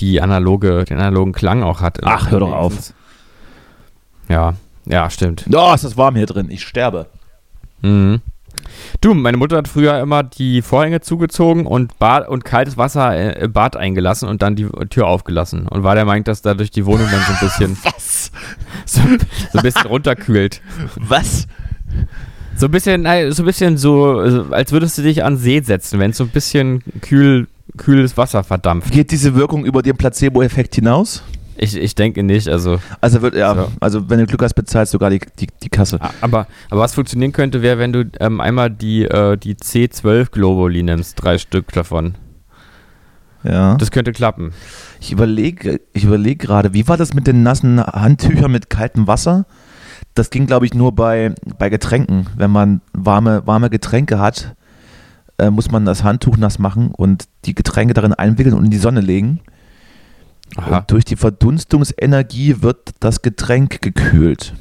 [SPEAKER 3] die analoge, den analogen Klang auch hat.
[SPEAKER 4] Ach, hör doch auf.
[SPEAKER 3] Wenigstens. Ja, ja, stimmt.
[SPEAKER 4] Oh, ist das warm hier drin. Ich sterbe.
[SPEAKER 3] Mhm. Du, meine Mutter hat früher immer die Vorhänge zugezogen und, Bad und kaltes Wasser äh, im Bad eingelassen und dann die Tür aufgelassen. Und war der Meinung, dass dadurch die Wohnung dann so ein bisschen,
[SPEAKER 4] Was?
[SPEAKER 3] so, so ein bisschen runterkühlt.
[SPEAKER 4] Was?
[SPEAKER 3] So ein bisschen, nein, so ein bisschen so, also, als würdest du dich an den See setzen, wenn es so ein bisschen kühl, kühles Wasser verdampft.
[SPEAKER 4] Geht diese Wirkung über den Placebo-Effekt hinaus?
[SPEAKER 3] Ich, ich denke nicht, also.
[SPEAKER 4] Also wird ja,
[SPEAKER 3] So.
[SPEAKER 4] also wenn du Glück hast, bezahlst du gar die, die, die Kasse.
[SPEAKER 3] Aber, aber was funktionieren könnte, wäre, wenn du ähm, einmal die, äh, die C12 Globuli nimmst, drei Stück davon.
[SPEAKER 4] Ja.
[SPEAKER 3] Das könnte klappen.
[SPEAKER 4] Ich überlege, ich überlege gerade, wie war das mit den nassen Handtüchern mit kaltem Wasser? Das ging, glaube ich, nur bei, bei Getränken. Wenn man warme, warme Getränke hat, äh, muss man das Handtuch nass machen und die Getränke darin einwickeln und in die Sonne legen.
[SPEAKER 3] Aha.
[SPEAKER 4] Und durch die Verdunstungsenergie wird das Getränk gekühlt.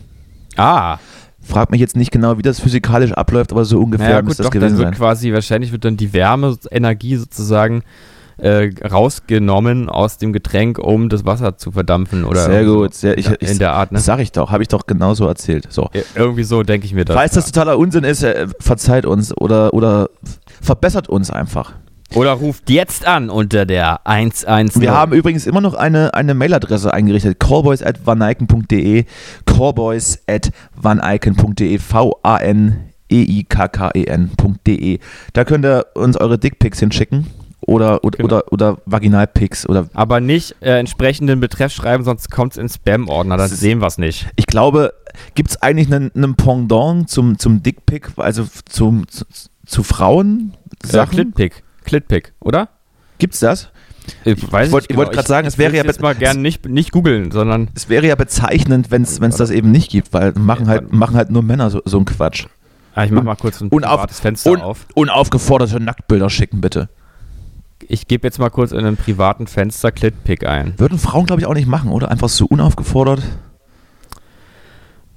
[SPEAKER 3] Ah,
[SPEAKER 4] Frag mich jetzt nicht genau, wie das physikalisch abläuft, aber so ungefähr
[SPEAKER 3] naja, gut,
[SPEAKER 4] müsste
[SPEAKER 3] doch,
[SPEAKER 4] das
[SPEAKER 3] dann
[SPEAKER 4] gewesen
[SPEAKER 3] wird
[SPEAKER 4] sein.
[SPEAKER 3] quasi, wahrscheinlich wird dann die Wärme, Energie sozusagen äh, rausgenommen aus dem Getränk, um das Wasser zu verdampfen oder
[SPEAKER 4] sehr
[SPEAKER 3] irgendwie
[SPEAKER 4] gut, sehr, ich,
[SPEAKER 3] so.
[SPEAKER 4] ich,
[SPEAKER 3] also in der Art, ne?
[SPEAKER 4] das sag ich doch, habe ich doch genauso erzählt. So.
[SPEAKER 3] Irgendwie so denke ich mir das.
[SPEAKER 4] Falls das totaler Unsinn ist, äh, verzeiht uns oder, oder verbessert uns einfach.
[SPEAKER 3] Oder ruft jetzt an unter der 110.
[SPEAKER 4] Wir haben übrigens immer noch eine, eine Mailadresse eingerichtet: callboys.vaneiken.de. Callboys.vaneiken.de. E V-A-N-E-I-K-K-E-N.de. Da könnt ihr uns eure Dickpics hinschicken oder, oder,
[SPEAKER 3] Genau.
[SPEAKER 4] oder, oder Vaginalpics. Oder
[SPEAKER 3] aber nicht äh, entsprechenden Betreff schreiben, sonst kommt es in Spam-Ordner, dann
[SPEAKER 4] Das ist-
[SPEAKER 3] sehen wir es nicht.
[SPEAKER 4] ich glaube, gibt es eigentlich einen, einen Pendant zum, zum Dickpic, also zum, zu, zu Frauen?
[SPEAKER 3] Ja,
[SPEAKER 4] Sachen?
[SPEAKER 3] Clitpick. Clitpick, oder?
[SPEAKER 4] Gibt's das?
[SPEAKER 3] Ich weiß
[SPEAKER 4] wollt- ich wollt grad sagen, es wäre
[SPEAKER 3] will's
[SPEAKER 4] ja
[SPEAKER 3] jetzt
[SPEAKER 4] be-
[SPEAKER 3] mal gern nicht, nicht googeln, sondern
[SPEAKER 4] Es wäre ja bezeichnend, wenn es das eben nicht gibt, weil machen halt, machen halt nur Männer so, so einen Quatsch.
[SPEAKER 3] ah, ich mach mal kurz ein
[SPEAKER 4] Und auf-
[SPEAKER 3] privates Fenster
[SPEAKER 4] un-
[SPEAKER 3] auf.
[SPEAKER 4] Unaufgeforderte Nacktbilder schicken, bitte.
[SPEAKER 3] Ich gebe jetzt mal kurz in einem privaten Fenster Clitpick ein.
[SPEAKER 4] Würden Frauen, glaube ich, auch nicht machen, oder? Einfach so unaufgefordert.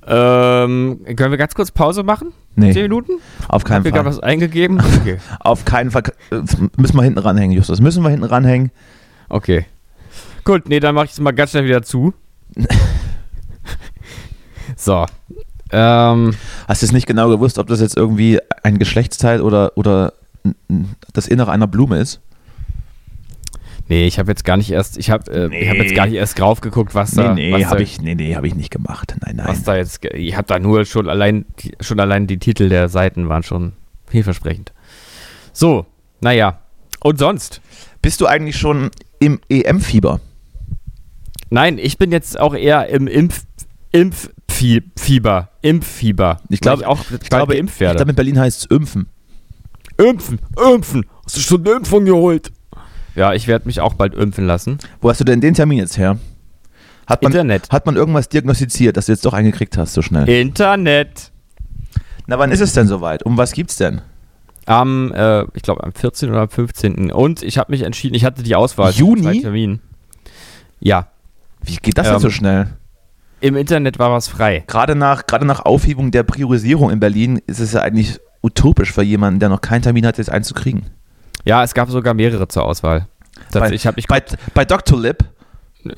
[SPEAKER 3] Ähm, können wir ganz kurz Pause machen?
[SPEAKER 4] Nee.
[SPEAKER 3] Zehn Minuten?
[SPEAKER 4] Auf
[SPEAKER 3] Hab
[SPEAKER 4] keinen
[SPEAKER 3] ich
[SPEAKER 4] Fall.
[SPEAKER 3] gerade was eingegeben? Okay.
[SPEAKER 4] Auf keinen Fall. Äh, Müssen wir hinten ranhängen, Justus. Müssen wir hinten ranhängen.
[SPEAKER 3] Okay. Gut, nee, dann mache ich es mal ganz schnell wieder zu. so. Ähm,
[SPEAKER 4] Hast jetzt nicht genau gewusst, ob das jetzt irgendwie ein Geschlechtsteil oder, oder n- n- das Innere einer Blume ist?
[SPEAKER 3] nee, ich habe jetzt gar nicht erst, ich habe äh, ich hab jetzt gar nicht erst drauf geguckt, was da. was da,
[SPEAKER 4] hab nee, nee, hab ich nicht gemacht. Nein,
[SPEAKER 3] Was da jetzt, ge- ich habe da nur schon allein, die- schon allein die Titel der Seiten waren schon vielversprechend. So, naja. Und sonst?
[SPEAKER 4] Bist du eigentlich schon im E EM-Fieber?
[SPEAKER 3] Nein, ich bin jetzt auch eher im Impf, Impffieber. Impffieber.
[SPEAKER 4] Ich glaub-
[SPEAKER 3] Weil auch, ich
[SPEAKER 4] glaube,
[SPEAKER 3] impft
[SPEAKER 4] Ich glaube,
[SPEAKER 3] werde.
[SPEAKER 4] in Berlin heißt es Impfen.
[SPEAKER 3] Impfen, impfen. Hast du schon eine Impfung geholt? Ja, ich werde mich auch bald impfen lassen.
[SPEAKER 4] Wo hast du denn den Termin jetzt her? Hat man,
[SPEAKER 3] Internet.
[SPEAKER 4] Hat man irgendwas diagnostiziert, das du jetzt doch eingekriegt hast, so schnell?
[SPEAKER 3] Internet.
[SPEAKER 4] Na, wann ist es denn soweit? Um was gibt's denn?
[SPEAKER 3] Am, äh, ich glaube, am 14. oder am 15. Und ich habe mich entschieden, ich hatte die Auswahl.
[SPEAKER 4] Juni?
[SPEAKER 3] Zwei Termin. Ja,
[SPEAKER 4] Wie geht das
[SPEAKER 3] Ähm,
[SPEAKER 4] denn so schnell?
[SPEAKER 3] im Internet war was frei.
[SPEAKER 4] Gerade nach, gerade nach Aufhebung der Priorisierung in Berlin ist es ja eigentlich utopisch für jemanden, der noch keinen Termin hat, jetzt einen zu kriegen.
[SPEAKER 3] Ja, es gab sogar mehrere zur Auswahl. Tats- ich habe mich
[SPEAKER 4] bei, bei Dr. Lip,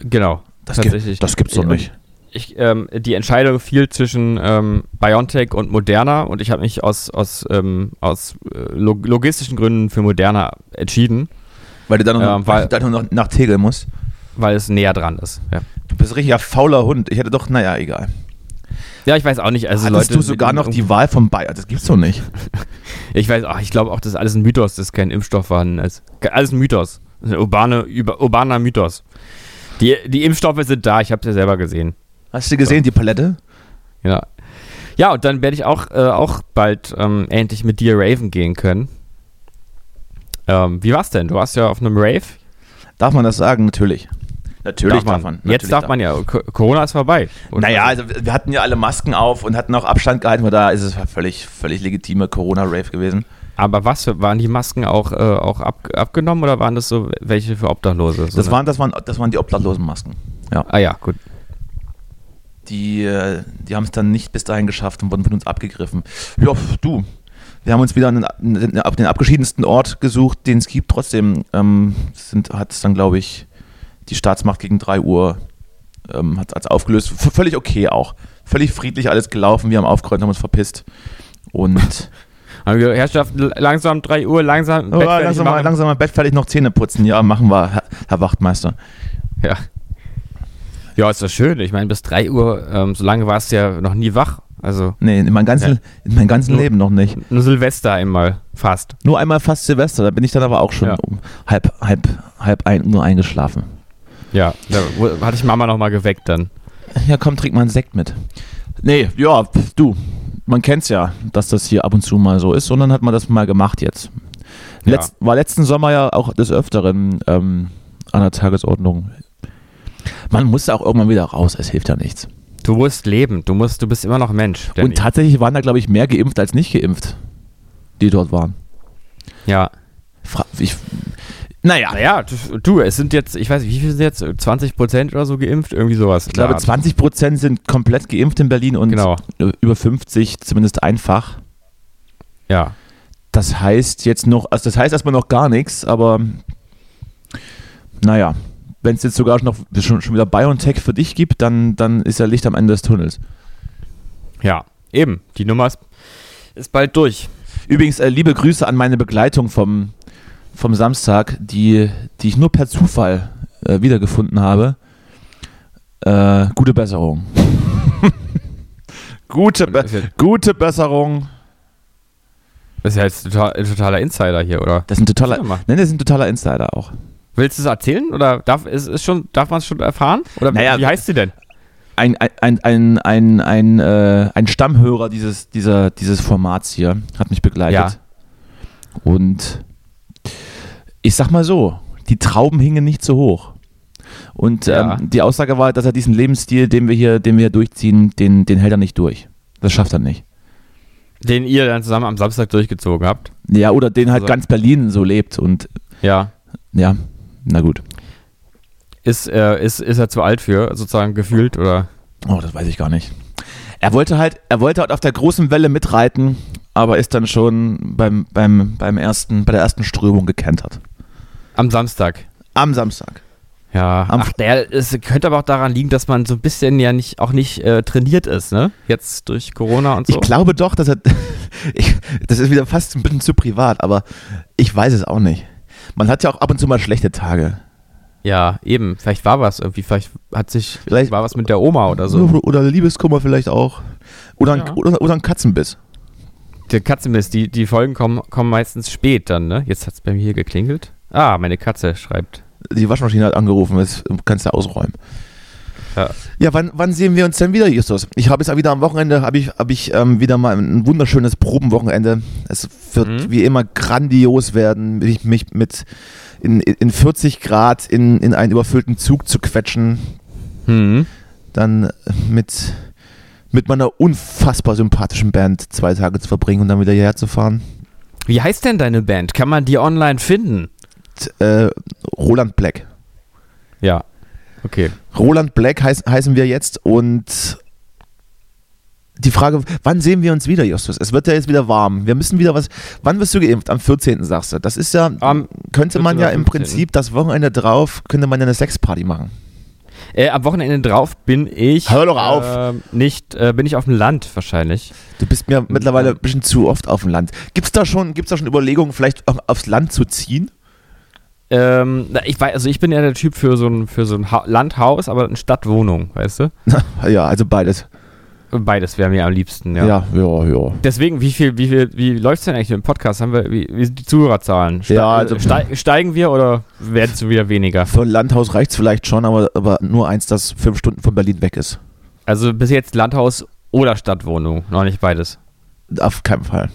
[SPEAKER 3] genau
[SPEAKER 4] das, gibt, das gibt's doch nicht.
[SPEAKER 3] Ich, ähm, die Entscheidung fiel zwischen ähm, BioNTech und Moderna und ich habe mich aus aus ähm, aus äh, log logistischen Gründen für Moderna entschieden,
[SPEAKER 4] Weil du dann noch,
[SPEAKER 3] Ähm, weil-
[SPEAKER 4] weil du dann noch nach Tegel musst.
[SPEAKER 3] weil es näher dran ist. Ja,
[SPEAKER 4] Du bist richtig ein fauler Hund. Ich hätte doch, naja, egal.
[SPEAKER 3] ja ich weiß auch nicht. Also
[SPEAKER 4] Hattest
[SPEAKER 3] Leute,
[SPEAKER 4] du sogar
[SPEAKER 3] mit-
[SPEAKER 4] noch die Wahl von Bayern? Das gibt's doch nicht.
[SPEAKER 3] Ich weiß, ach, ich glaube auch, das ist alles ein Mythos, dass kein Impfstoff vorhanden ist. Ke- Alles ein Mythos, ein urbane, über, urbaner Mythos. Die die Impfstoffe sind da. Ich habe es ja selber gesehen.
[SPEAKER 4] Hast du gesehen, die Palette?
[SPEAKER 3] Ja. Ja, und dann werde ich auch, äh, auch bald ähm, endlich mit dir Raven gehen können. Ähm, wie war's denn? Du warst ja auf einem Rave.
[SPEAKER 4] Darf man das sagen? Natürlich. Natürlich darf man.
[SPEAKER 3] Jetzt darf man ja. Co- Corona ist vorbei. Und-
[SPEAKER 4] naja, also wir hatten ja alle Masken auf und hatten auch Abstand gehalten, weil da ist es völlig, völlig legitime Corona-Rave gewesen.
[SPEAKER 3] Aber was für, waren die Masken auch, äh, auch ab, abgenommen oder waren das so welche für Obdachlose? So ne-
[SPEAKER 4] Das
[SPEAKER 3] eine-
[SPEAKER 4] waren, das waren, das waren die obdachlosen Masken. Ja.
[SPEAKER 3] ah ja, gut.
[SPEAKER 4] Die, äh, die haben es dann nicht bis dahin geschafft und wurden von uns abgegriffen. Ja, du. Wir haben uns wieder einen, einen, auf den abgeschiedensten Ort gesucht, den es gibt. Trotzdem ähm, sind, hat es dann, glaube ich, die Staatsmacht gegen 3 Uhr ähm, hat es aufgelöst. V völlig okay auch. Völlig friedlich alles gelaufen. Wir haben aufgeräumt, haben uns verpisst. Und
[SPEAKER 3] Haben wir, Herrschaften, langsam 3 Uhr, langsam.
[SPEAKER 4] oh,
[SPEAKER 3] Bett fertig
[SPEAKER 4] langsam, mal,
[SPEAKER 3] machen.
[SPEAKER 4] langsam mal Bett fertig noch Zähne putzen. Ja, machen wir, Herr, Herr Wachtmeister.
[SPEAKER 3] Ja. Ja, ist das schön. Ich meine, bis 3 Uhr, ähm, so lange warst du ja noch nie wach. Also
[SPEAKER 4] Nee, in meinem ganzen, in meinem ganzen
[SPEAKER 3] Nur-
[SPEAKER 4] Leben noch nicht.
[SPEAKER 3] nur Silvester einmal, fast.
[SPEAKER 4] Nur einmal fast Silvester, da bin ich dann aber auch schon
[SPEAKER 3] Ja.
[SPEAKER 4] um halb, halb, halb ein Uhr eingeschlafen.
[SPEAKER 3] Ja, da wo- hatte ich Mama nochmal geweckt dann.
[SPEAKER 4] Ja, komm, trink mal einen Sekt mit. Nee, ja, pf, du, man kennt's ja, dass das hier ab und zu mal so ist und dann hat man das mal gemacht jetzt.
[SPEAKER 3] Ja.
[SPEAKER 4] Letz, war letzten Sommer ja auch des Öfteren ähm, an der Tagesordnung. Man muss da auch irgendwann wieder raus, es hilft ja nichts.
[SPEAKER 3] Du musst leben, du musst, du bist immer noch Mensch. Danny.
[SPEAKER 4] Und tatsächlich waren da, glaube ich, mehr geimpft als nicht geimpft, die dort waren.
[SPEAKER 3] ja.
[SPEAKER 4] Fra ich, naja,
[SPEAKER 3] Naja, du- du, es sind jetzt, ich weiß nicht, wie viel sind jetzt? 20 Prozent oder so geimpft? Irgendwie sowas.
[SPEAKER 4] Ich glaube, 20 Prozent sind komplett geimpft in Berlin und äh,
[SPEAKER 3] Genau.
[SPEAKER 4] über 50 zumindest einfach.
[SPEAKER 3] Ja.
[SPEAKER 4] Das heißt jetzt noch, also das heißt erstmal noch gar nichts, aber naja, wenn es jetzt sogar schon, noch, schon, schon wieder BioNTech für dich gibt, dann, dann ist ja Licht am Ende des Tunnels.
[SPEAKER 3] Ja. Eben. Die Nummer ist, ist bald durch.
[SPEAKER 4] Übrigens, äh, liebe Grüße an meine Begleitung vom, vom Samstag, die, die ich nur per Zufall äh, wiedergefunden habe. Äh, gute Besserung. gute, Be
[SPEAKER 3] ist jetzt-
[SPEAKER 4] gute Besserung.
[SPEAKER 3] Das ist ja jetzt total, ein totaler Insider hier, oder?
[SPEAKER 4] Das ist ein totaler,
[SPEAKER 3] Erzähl doch mal.
[SPEAKER 4] nein, das ist ein totaler Insider auch.
[SPEAKER 3] Willst du es erzählen? Oder darf, ist, ist schon, darf man es schon erfahren? Oder
[SPEAKER 4] Naja,
[SPEAKER 3] wie heißt sie denn?
[SPEAKER 4] Ein, ein, ein, ein, ein, äh, ein Stammhörer dieses, dieser, dieses Formats hier hat mich begleitet. Und ich sag mal so, die Trauben hingen nicht so hoch. Und
[SPEAKER 3] Ja.
[SPEAKER 4] ähm, die Aussage war, dass er diesen Lebensstil, den wir hier, den wir hier durchziehen, den, den hält er nicht durch. Das schafft er nicht.
[SPEAKER 3] Den ihr dann zusammen am Samstag durchgezogen habt.
[SPEAKER 4] Ja, oder den halt
[SPEAKER 3] Also-
[SPEAKER 4] ganz Berlin so lebt und
[SPEAKER 3] Ja.
[SPEAKER 4] ja, na gut.
[SPEAKER 3] Ist, äh, ist, ist er zu alt für, sozusagen gefühlt, oder?
[SPEAKER 4] Oh, das weiß ich gar nicht. Er wollte halt, er wollte halt auf der großen Welle mitreiten, aber ist dann schon beim, beim, beim ersten, bei der ersten Strömung gekentert.
[SPEAKER 3] Am Samstag.
[SPEAKER 4] Am Samstag.
[SPEAKER 3] Ja,
[SPEAKER 4] Am-
[SPEAKER 3] ach, der, es könnte aber auch daran liegen, dass man so ein bisschen ja nicht, auch nicht äh, trainiert ist, ne? Jetzt durch Corona und so.
[SPEAKER 4] Ich glaube doch, dass er. Ich, das ist wieder fast ein bisschen zu privat, aber ich weiß es auch nicht. Man hat ja auch ab und zu mal schlechte Tage.
[SPEAKER 3] ja, eben. Vielleicht war was irgendwie, vielleicht hat sich,
[SPEAKER 4] Vielleicht-
[SPEAKER 3] war was mit der Oma oder so.
[SPEAKER 4] Oder Liebeskummer vielleicht auch. Oder ein,
[SPEAKER 3] Also Ja.
[SPEAKER 4] oder, oder ein Katzenbiss.
[SPEAKER 3] Der Katzenmist, die, die Folgen kommen, kommen meistens spät dann, ne? Jetzt hat's bei mir hier geklingelt. Ah, meine Katze schreibt.
[SPEAKER 4] Die Waschmaschine hat angerufen, das kannst du ausräumen.
[SPEAKER 3] Ja.
[SPEAKER 4] Ja, wann, wann sehen wir uns denn wieder, Justus? Ich habe jetzt auch wieder am Wochenende, habe ich, hab ich ähm, wieder mal ein wunderschönes Probenwochenende. Es wird
[SPEAKER 3] Mhm.
[SPEAKER 4] wie immer grandios werden, mich, mich mit in, in 40 Grad in, in einen überfüllten Zug zu quetschen.
[SPEAKER 3] Hm.
[SPEAKER 4] Dann äh, mit, mit meiner unfassbar sympathischen Band zwei Tage zu verbringen und dann wieder hierher zu fahren.
[SPEAKER 3] Wie heißt denn deine Band? Kann man die online finden?
[SPEAKER 4] T- Äh, Roland Black.
[SPEAKER 3] Ja. Okay.
[SPEAKER 4] Roland Black heiß, heißen wir jetzt und die Frage, wann sehen wir uns wieder, Justus? Es wird ja jetzt wieder warm. Wir müssen wieder was. Wann wirst du geimpft? Am 14. sagst du. Das ist ja,
[SPEAKER 3] Am
[SPEAKER 4] könnte man
[SPEAKER 3] 14.
[SPEAKER 4] ja
[SPEAKER 3] oder
[SPEAKER 4] im
[SPEAKER 3] 15..
[SPEAKER 4] Prinzip das Wochenende drauf, könnte man ja eine Sexparty machen.
[SPEAKER 3] Äh, am Wochenende drauf bin ich.
[SPEAKER 4] Hör doch auf.
[SPEAKER 3] ähm, nicht, äh, bin ich auf dem Land wahrscheinlich.
[SPEAKER 4] Du bist
[SPEAKER 3] Hm,
[SPEAKER 4] mir mittlerweile ein bisschen zu oft auf dem Land. Gibt es da, schon- gibt's da schon Überlegungen, vielleicht auch aufs Land zu ziehen?
[SPEAKER 3] Ähm, na, ich weiß, also ich bin ja der Typ für so ein, für so ein ha Landhaus, aber eine Stadtwohnung, weißt du?
[SPEAKER 4] Ja, also beides.
[SPEAKER 3] Beides wäre mir am liebsten, ja.
[SPEAKER 4] Ja, ja, ja.
[SPEAKER 3] Deswegen, wie viel, wie viel, wie läuft's denn eigentlich mit dem Podcast? Haben wir, wie, wie sind die Zuhörerzahlen? Ste
[SPEAKER 4] Ja, also-
[SPEAKER 3] äh, steig, steigen wir oder werden es wieder weniger?
[SPEAKER 4] Für ein Landhaus reicht es vielleicht schon, aber, aber nur eins, das fünf Stunden von Berlin weg ist.
[SPEAKER 3] Also bis jetzt Landhaus oder Stadtwohnung, noch nicht beides.
[SPEAKER 4] Auf keinen Fall.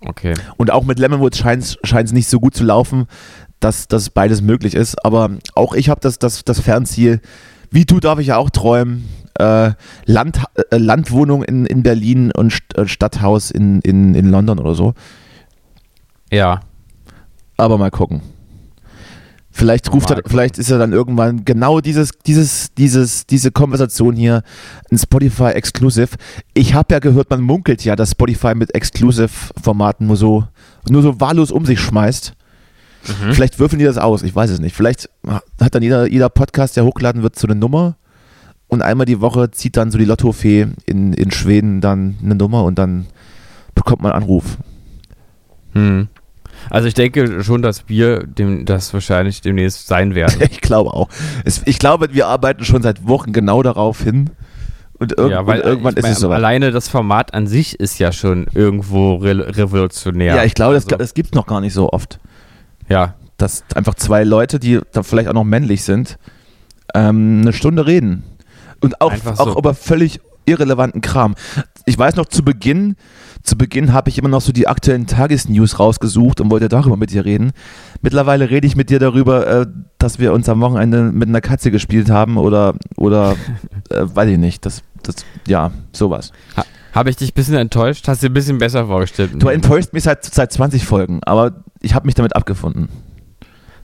[SPEAKER 3] Okay.
[SPEAKER 4] Und auch mit Lemonwood scheint es nicht so gut zu laufen, dass, dass beides möglich ist. Aber auch ich habe das, das, das Fernziel, wie du darf ich ja auch träumen, äh, Land, äh, Landwohnung in, in Berlin und St äh, Stadthaus in, in, in London oder so.
[SPEAKER 3] Ja.
[SPEAKER 4] Aber mal gucken. Vielleicht ruft
[SPEAKER 3] Mal
[SPEAKER 4] er, vielleicht ist er dann irgendwann genau dieses, dieses, dieses, diese Konversation hier ein Spotify Exclusive. Ich habe ja gehört, man munkelt ja, dass Spotify mit Exclusive-Formaten nur so, nur so wahllos um sich schmeißt. Vielleicht würfeln die das aus, ich weiß es nicht. Vielleicht hat dann jeder, jeder Podcast, der hochgeladen wird, so eine Nummer. Und einmal die Woche zieht dann so die Lottofee in, in Schweden dann eine Nummer und dann bekommt man einen Anruf.
[SPEAKER 3] Hm. Also ich denke schon, dass wir dem, das wahrscheinlich demnächst sein werden.
[SPEAKER 4] Ich glaube auch. Es, ich glaube, wir arbeiten schon seit Wochen genau darauf hin. Und, irgend,
[SPEAKER 3] Ja, weil
[SPEAKER 4] und irgendwann
[SPEAKER 3] ich
[SPEAKER 4] ist es
[SPEAKER 3] meine,
[SPEAKER 4] soweit.
[SPEAKER 3] Alleine das Format an sich ist ja schon irgendwo re revolutionär.
[SPEAKER 4] Ja, ich glaube, das,
[SPEAKER 3] Also,
[SPEAKER 4] das gibt es noch gar nicht so oft.
[SPEAKER 3] ja.
[SPEAKER 4] Dass einfach zwei Leute, die dann vielleicht auch noch männlich sind, ähm, eine Stunde reden. Und auch,
[SPEAKER 3] Einfach
[SPEAKER 4] auch
[SPEAKER 3] so.
[SPEAKER 4] über völlig irrelevanten Kram. Ich weiß noch, zu Beginn, zu Beginn habe ich immer noch so die aktuellen Tagesnews rausgesucht und wollte darüber mit dir reden. Mittlerweile rede ich mit dir darüber, äh, dass wir uns am Wochenende mit einer Katze gespielt haben oder, oder äh, weiß ich nicht. Das, das, ja, sowas.
[SPEAKER 3] Ha, Habe ich dich ein bisschen enttäuscht? Hast du dir ein bisschen besser vorgestellt?
[SPEAKER 4] Du enttäuscht mich seit, seit 20 Folgen, aber ich habe mich damit abgefunden.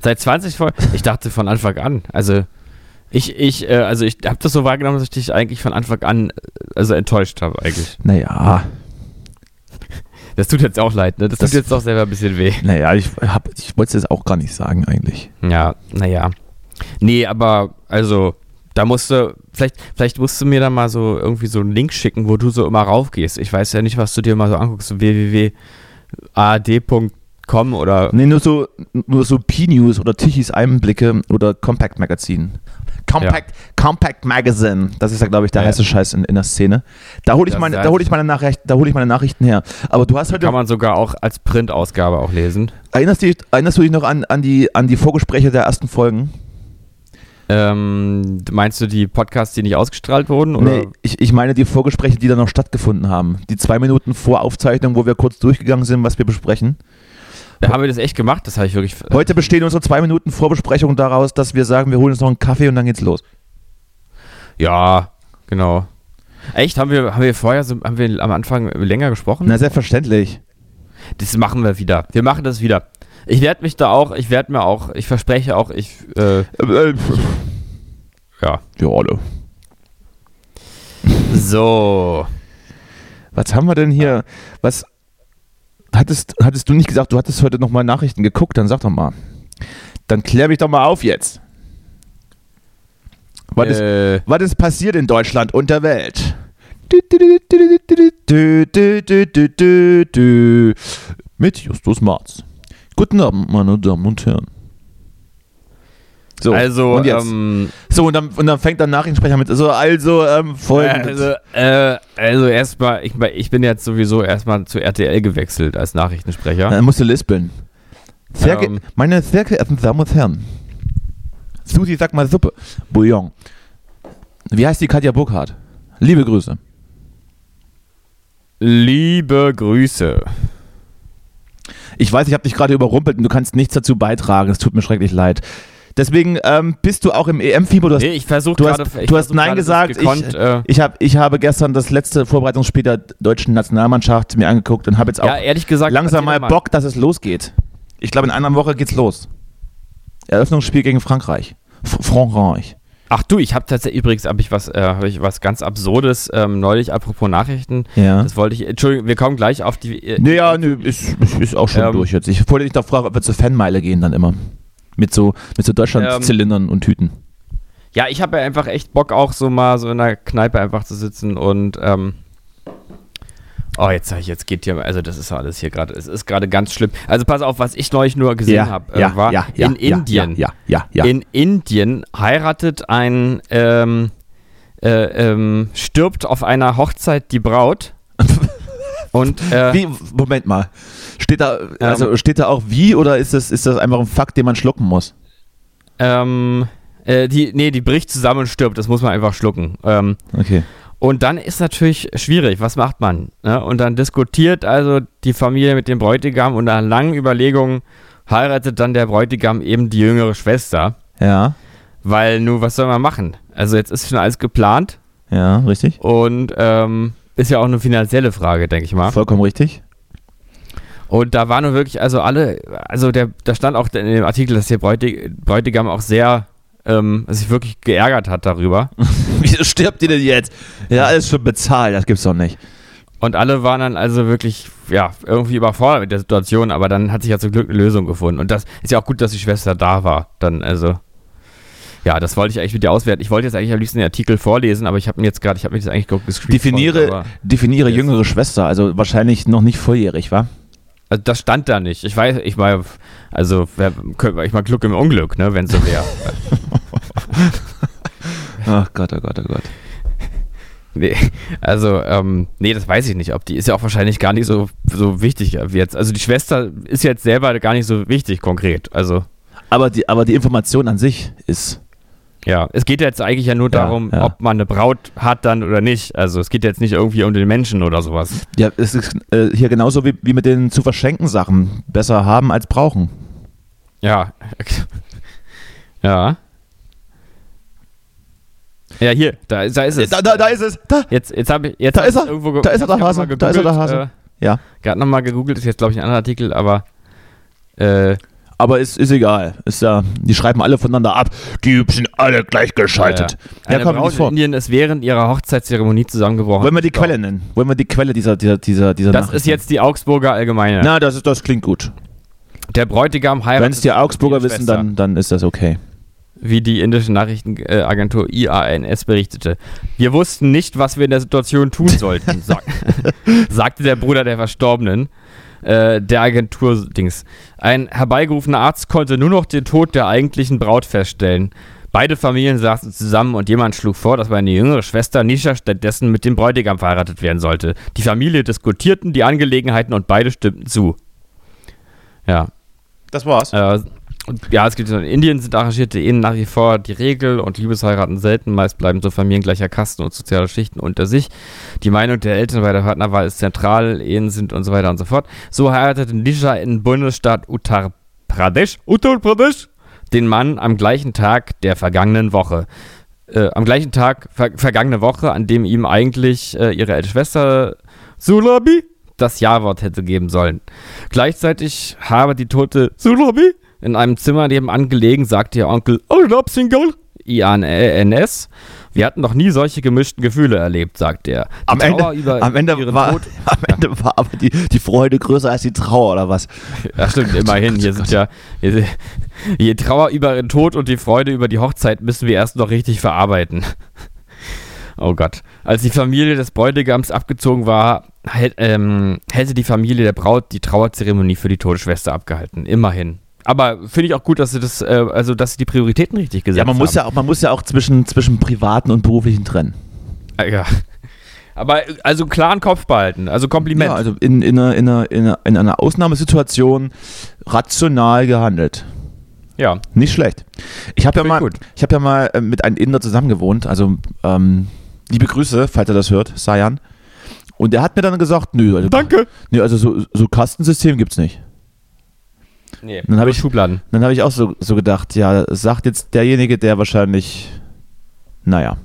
[SPEAKER 3] Seit 20 Folgen? Ich dachte von Anfang an. Also ich, ich, äh, also ich habe das so wahrgenommen, dass ich dich eigentlich von Anfang an äh, also enttäuscht habe eigentlich.
[SPEAKER 4] Naja,
[SPEAKER 3] Das tut jetzt auch leid, ne? Das,
[SPEAKER 4] Das-
[SPEAKER 3] tut jetzt auch selber ein bisschen weh.
[SPEAKER 4] naja, ich, hab- ich wollte es jetzt auch gar nicht sagen eigentlich.
[SPEAKER 3] Ja, naja. Nee, aber also da musst du, vielleicht, vielleicht musst du mir da mal so irgendwie so einen Link schicken, wo du so immer raufgehst. Ich weiß ja nicht, was du dir mal so anguckst, so www.ad.com oder
[SPEAKER 4] Nee, nur so, nur so P-News oder Tichys Einblicke oder Compact Magazin. Compact, Compact Magazine, das ist ja, glaube ich, der
[SPEAKER 3] Ja.
[SPEAKER 4] heiße Scheiß in, in der Szene. Da hole ich,
[SPEAKER 3] Das
[SPEAKER 4] meine,
[SPEAKER 3] ist
[SPEAKER 4] da hol ich, meine Nachricht- da hol ich meine Nachrichten her. Aber du hast heute,
[SPEAKER 3] kann man sogar auch als Printausgabe auch lesen.
[SPEAKER 4] erinnerst, dich, erinnerst du dich noch an, an, die, an die Vorgespräche der ersten Folgen?
[SPEAKER 3] Ähm, meinst du die Podcasts, die nicht ausgestrahlt wurden? Oder?
[SPEAKER 4] Nee, ich, ich meine die Vorgespräche, die dann noch stattgefunden haben. Die zwei Minuten vor Aufzeichnung, wo wir kurz durchgegangen sind, was wir besprechen.
[SPEAKER 3] Da Äh, haben wir das echt gemacht, das habe ich wirklich.
[SPEAKER 4] Heute bestehen unsere zwei Minuten Vorbesprechung daraus, dass wir sagen, wir holen uns noch einen Kaffee und dann geht's los.
[SPEAKER 3] Ja, genau. Echt? Haben wir, haben wir vorher so, haben wir am Anfang länger gesprochen?
[SPEAKER 4] Na, selbstverständlich.
[SPEAKER 3] Das machen wir wieder. Wir machen das wieder. Ich werde mich da auch, ich werde mir auch, ich verspreche auch, ich, äh,
[SPEAKER 4] Äh, äh,
[SPEAKER 3] ja.
[SPEAKER 4] ja, alle.
[SPEAKER 3] So.
[SPEAKER 4] Was haben wir denn hier? Was hattest, hattest du nicht gesagt, du hattest heute nochmal Nachrichten geguckt? Dann sag doch mal. Dann klär mich doch mal auf jetzt. Was, ist,
[SPEAKER 3] Äh,
[SPEAKER 4] was ist passiert in Deutschland und der Welt? Mit Justus Marz. Guten Abend, meine Damen und Herren. So,
[SPEAKER 3] also,
[SPEAKER 4] und jetzt?
[SPEAKER 3] ähm,
[SPEAKER 4] so und, dann, und dann fängt der Nachrichtensprecher mit, so, also ähm, folgendes.
[SPEAKER 3] also, äh, also erstmal, ich, mein, ich bin jetzt sowieso erstmal zu RTL gewechselt als Nachrichtensprecher.
[SPEAKER 4] Dann Äh, musst du lispeln. Sehr ge-
[SPEAKER 3] Ähm.
[SPEAKER 4] meine sehr geehrten Damen und Herren, Susi, sag mal Suppe. Bouillon. Wie heißt die Katja Burkhardt? Liebe Grüße.
[SPEAKER 3] Liebe Grüße.
[SPEAKER 4] Ich weiß, ich habe dich gerade überrumpelt und du kannst nichts dazu beitragen. Es tut mir schrecklich leid. Deswegen ähm, bist du auch im EM-Fieber. Du hast,
[SPEAKER 3] Nee, ich versuche
[SPEAKER 4] du
[SPEAKER 3] gerade.
[SPEAKER 4] hast,
[SPEAKER 3] ich
[SPEAKER 4] du hast
[SPEAKER 3] versuch
[SPEAKER 4] Nein
[SPEAKER 3] gerade, das
[SPEAKER 4] gesagt.
[SPEAKER 3] Gekonnt,
[SPEAKER 4] ich,
[SPEAKER 3] äh,
[SPEAKER 4] ich, hab, ich habe gestern das letzte Vorbereitungsspiel der deutschen Nationalmannschaft mir angeguckt und habe jetzt auch
[SPEAKER 3] ja, ehrlich gesagt.
[SPEAKER 4] langsam mal
[SPEAKER 3] erzähl doch
[SPEAKER 4] Bock, dass es losgeht. Ich glaube, in einer Woche geht's los. Eröffnungsspiel gegen Frankreich. F Frankreich.
[SPEAKER 3] Ach du, ich habe tatsächlich übrigens habe ich was, äh, habe ich was ganz Absurdes ähm, neulich apropos Nachrichten.
[SPEAKER 4] Ja.
[SPEAKER 3] Das wollte ich. Entschuldigung, wir kommen gleich auf die. Äh,
[SPEAKER 4] Nee, ja, nee, ist, ist, ist auch schon
[SPEAKER 3] Ähm.
[SPEAKER 4] durch jetzt. Ich wollte dich noch fragen, ob wir zur Fanmeile gehen dann immer. Mit so, mit so Deutschland-Zylindern und Tüten.
[SPEAKER 3] Ja, ich habe ja einfach echt Bock auch so mal so in der Kneipe einfach zu sitzen und. Ähm, oh, jetzt sag ich, jetzt geht hier. Also das ist ja alles hier gerade. Es ist gerade ganz schlimm. Also pass auf, was ich neulich nur gesehen habe, äh, war in Indien.
[SPEAKER 4] Ja, ja, ja.
[SPEAKER 3] In Indien heiratet ein ähm, äh, ähm, stirbt auf einer Hochzeit die Braut. Und äh,
[SPEAKER 4] wie, Moment mal. Steht da, also steht da auch wie oder ist das, ist das einfach ein Fakt, den man schlucken muss?
[SPEAKER 3] Ähm, äh, die, nee, die bricht zusammen und stirbt. Das muss man einfach schlucken. Ähm,
[SPEAKER 4] Okay.
[SPEAKER 3] und dann ist natürlich schwierig. Was macht man? Ne? Und dann diskutiert also die Familie mit dem Bräutigam und nach langen Überlegungen heiratet dann der Bräutigam eben die jüngere Schwester.
[SPEAKER 4] Ja,
[SPEAKER 3] Weil nun, was soll man machen? Also jetzt ist schon alles geplant
[SPEAKER 4] ja, richtig.
[SPEAKER 3] und ähm, ist ja auch eine finanzielle Frage, denke ich mal.
[SPEAKER 4] Vollkommen richtig.
[SPEAKER 3] Und da waren nun wirklich, also alle, also der, da stand auch in dem Artikel, dass der Bräutig, Bräutigam auch sehr ähm, sich wirklich geärgert hat darüber.
[SPEAKER 4] Wieso stirbt ihr denn jetzt? Ja, alles schon bezahlt, das gibt's doch nicht.
[SPEAKER 3] Und alle waren dann also wirklich, ja, irgendwie überfordert mit der Situation, aber dann hat sich ja zum Glück eine Lösung gefunden. Und das ist ja auch gut, dass die Schwester da war. Dann, also. Ja, das wollte ich eigentlich mit dir auswerten. Ich wollte jetzt eigentlich am liebsten den Artikel vorlesen, aber ich habe mir jetzt gerade, ich habe mir das eigentlich gescreent.
[SPEAKER 4] Definiere, definiere
[SPEAKER 3] Yes.
[SPEAKER 4] jüngere Schwester, also wahrscheinlich noch nicht volljährig, wa?
[SPEAKER 3] Also das stand da nicht. Ich weiß, ich war, also wer, könnte- ich mal Glück im Unglück, ne, wenn so wäre.
[SPEAKER 4] Ach Gott, oh Gott, oh Gott.
[SPEAKER 3] nee, also ähm, nee, das weiß ich nicht. Ob die ist ja auch wahrscheinlich gar nicht so so wichtig wie jetzt. Also die Schwester ist jetzt selber gar nicht so wichtig konkret. Also
[SPEAKER 4] Aber die, aber die Information an sich ist.
[SPEAKER 3] ja, es geht jetzt eigentlich ja nur
[SPEAKER 4] Ja,
[SPEAKER 3] darum,
[SPEAKER 4] ja.
[SPEAKER 3] ob man eine Braut hat dann oder nicht. Also es geht jetzt nicht irgendwie um den Menschen oder sowas.
[SPEAKER 4] Ja, es ist äh, hier genauso wie, wie mit den zu verschenken Sachen. Besser haben als brauchen.
[SPEAKER 3] Ja, ja. Ja, hier, da, da ist es.
[SPEAKER 4] ist es. Da.
[SPEAKER 3] Jetzt, jetzt habe ich, jetzt
[SPEAKER 4] Da
[SPEAKER 3] hab
[SPEAKER 4] ist
[SPEAKER 3] ich
[SPEAKER 4] er.
[SPEAKER 3] irgendwo ge-
[SPEAKER 4] Da ist
[SPEAKER 3] ich
[SPEAKER 4] er, der
[SPEAKER 3] hab grad
[SPEAKER 4] Hase.
[SPEAKER 3] mal
[SPEAKER 4] Da ist er, der
[SPEAKER 3] gegoogelt,
[SPEAKER 4] Hase. Ja.
[SPEAKER 3] Äh, gerade nochmal gegoogelt, ist jetzt glaube ich ein anderer Artikel, aber äh,
[SPEAKER 4] Aber ist, ist egal. Ist ja, die schreiben alle voneinander ab. Die sind alle gleich geschaltet. Ja,
[SPEAKER 3] eine
[SPEAKER 4] komm,
[SPEAKER 3] Braut
[SPEAKER 4] lies vor.
[SPEAKER 3] in Indien ist während ihrer Hochzeitszeremonie zusammengebrochen.
[SPEAKER 4] Wollen wir die Quelle nennen? Wollen wir die Quelle dieser, dieser, dieser, dieser
[SPEAKER 3] das
[SPEAKER 4] Nachricht
[SPEAKER 3] ist jetzt die Augsburger Allgemeine.
[SPEAKER 4] nennen? Na, das, ist, das klingt gut.
[SPEAKER 3] Der Bräutigam
[SPEAKER 4] Wenn es
[SPEAKER 3] heiratet,
[SPEAKER 4] die Augsburger
[SPEAKER 3] die
[SPEAKER 4] wissen,
[SPEAKER 3] Schwester.
[SPEAKER 4] dann, dann ist das okay.
[SPEAKER 3] wie die indische Nachrichtenagentur IANS berichtete. Wir wussten nicht, was wir in der Situation tun sollten, sag, sagte der Bruder der Verstorbenen. äh, der Agentur-Dings. Ein herbeigerufener Arzt konnte nur noch den Tod der eigentlichen Braut feststellen. Beide Familien saßen zusammen und jemand schlug vor, dass meine jüngere Schwester Nisha stattdessen mit dem Bräutigam verheiratet werden sollte. Die Familie diskutierten die Angelegenheiten und beide stimmten zu. Ja.
[SPEAKER 4] Das war's.
[SPEAKER 3] Äh, und ja, es gibt in Indien sind arrangierte Ehen nach wie vor die Regel und Liebesheiraten selten. Meist bleiben so Familien gleicher Kasten und sozialer Schichten unter sich. Die Meinung der Eltern bei der Partnerwahl ist zentral, Ehen sind und so weiter und so fort. So heiratete Nisha in Bundesstaat Uttar Pradesh, Uttar Pradesh, den Mann am gleichen Tag der vergangenen Woche. Äh, am gleichen Tag, ver vergangene Woche, an dem ihm eigentlich äh, ihre ältere Schwester Sulabi das Ja-Wort hätte geben sollen. Gleichzeitig habe die tote Sulabi in einem Zimmer nebenan gelegen, sagte ihr Onkel, oh, ich hab Single, IANS. Wir hatten noch nie solche gemischten Gefühle erlebt, sagt er. Die
[SPEAKER 4] Am Ende,
[SPEAKER 3] Trauer über
[SPEAKER 4] am, Ende
[SPEAKER 3] ihren
[SPEAKER 4] war,
[SPEAKER 3] Tod-
[SPEAKER 4] am Ende war aber die, die Freude größer als die Trauer, oder was?
[SPEAKER 3] Ja, stimmt, immerhin. Hier sind ja. Hier, hier Trauer über den Tod und die Freude über die Hochzeit müssen wir erst noch richtig verarbeiten. Oh Gott. Als die Familie des Bräutigams abgezogen war, hält, ähm, hätte die Familie der Braut die Trauerzeremonie für die Todesschwester abgehalten. Immerhin. Aber finde ich auch gut, dass sie das, äh, also dass sie die Prioritäten richtig gesetzt
[SPEAKER 4] Ja, man muss
[SPEAKER 3] haben.
[SPEAKER 4] ja auch, man muss ja auch zwischen, zwischen privaten und beruflichen trennen.
[SPEAKER 3] ja. Ah, ja. Aber äh, also einen klaren Kopf behalten. Also Kompliment.
[SPEAKER 4] Ja, also in, in, einer, in, einer, in, einer, in einer Ausnahmesituation rational gehandelt.
[SPEAKER 3] ja.
[SPEAKER 4] Nicht schlecht. Ich habe ja,
[SPEAKER 3] Finde ich
[SPEAKER 4] mal-
[SPEAKER 3] gut.
[SPEAKER 4] ich hab ja mal äh, mit einem Inder zusammengewohnt. Also ähm, liebe Grüße, falls er das hört, Sayan. Und er hat mir dann gesagt, nö, also,
[SPEAKER 3] Danke.
[SPEAKER 4] nö, also so, so Kastensystem gibt's nicht.
[SPEAKER 3] Nee.
[SPEAKER 4] Dann habe ich,
[SPEAKER 3] Schubladen.
[SPEAKER 4] dann hab ich auch so, so gedacht, ja, das sagt jetzt derjenige, der wahrscheinlich, naja,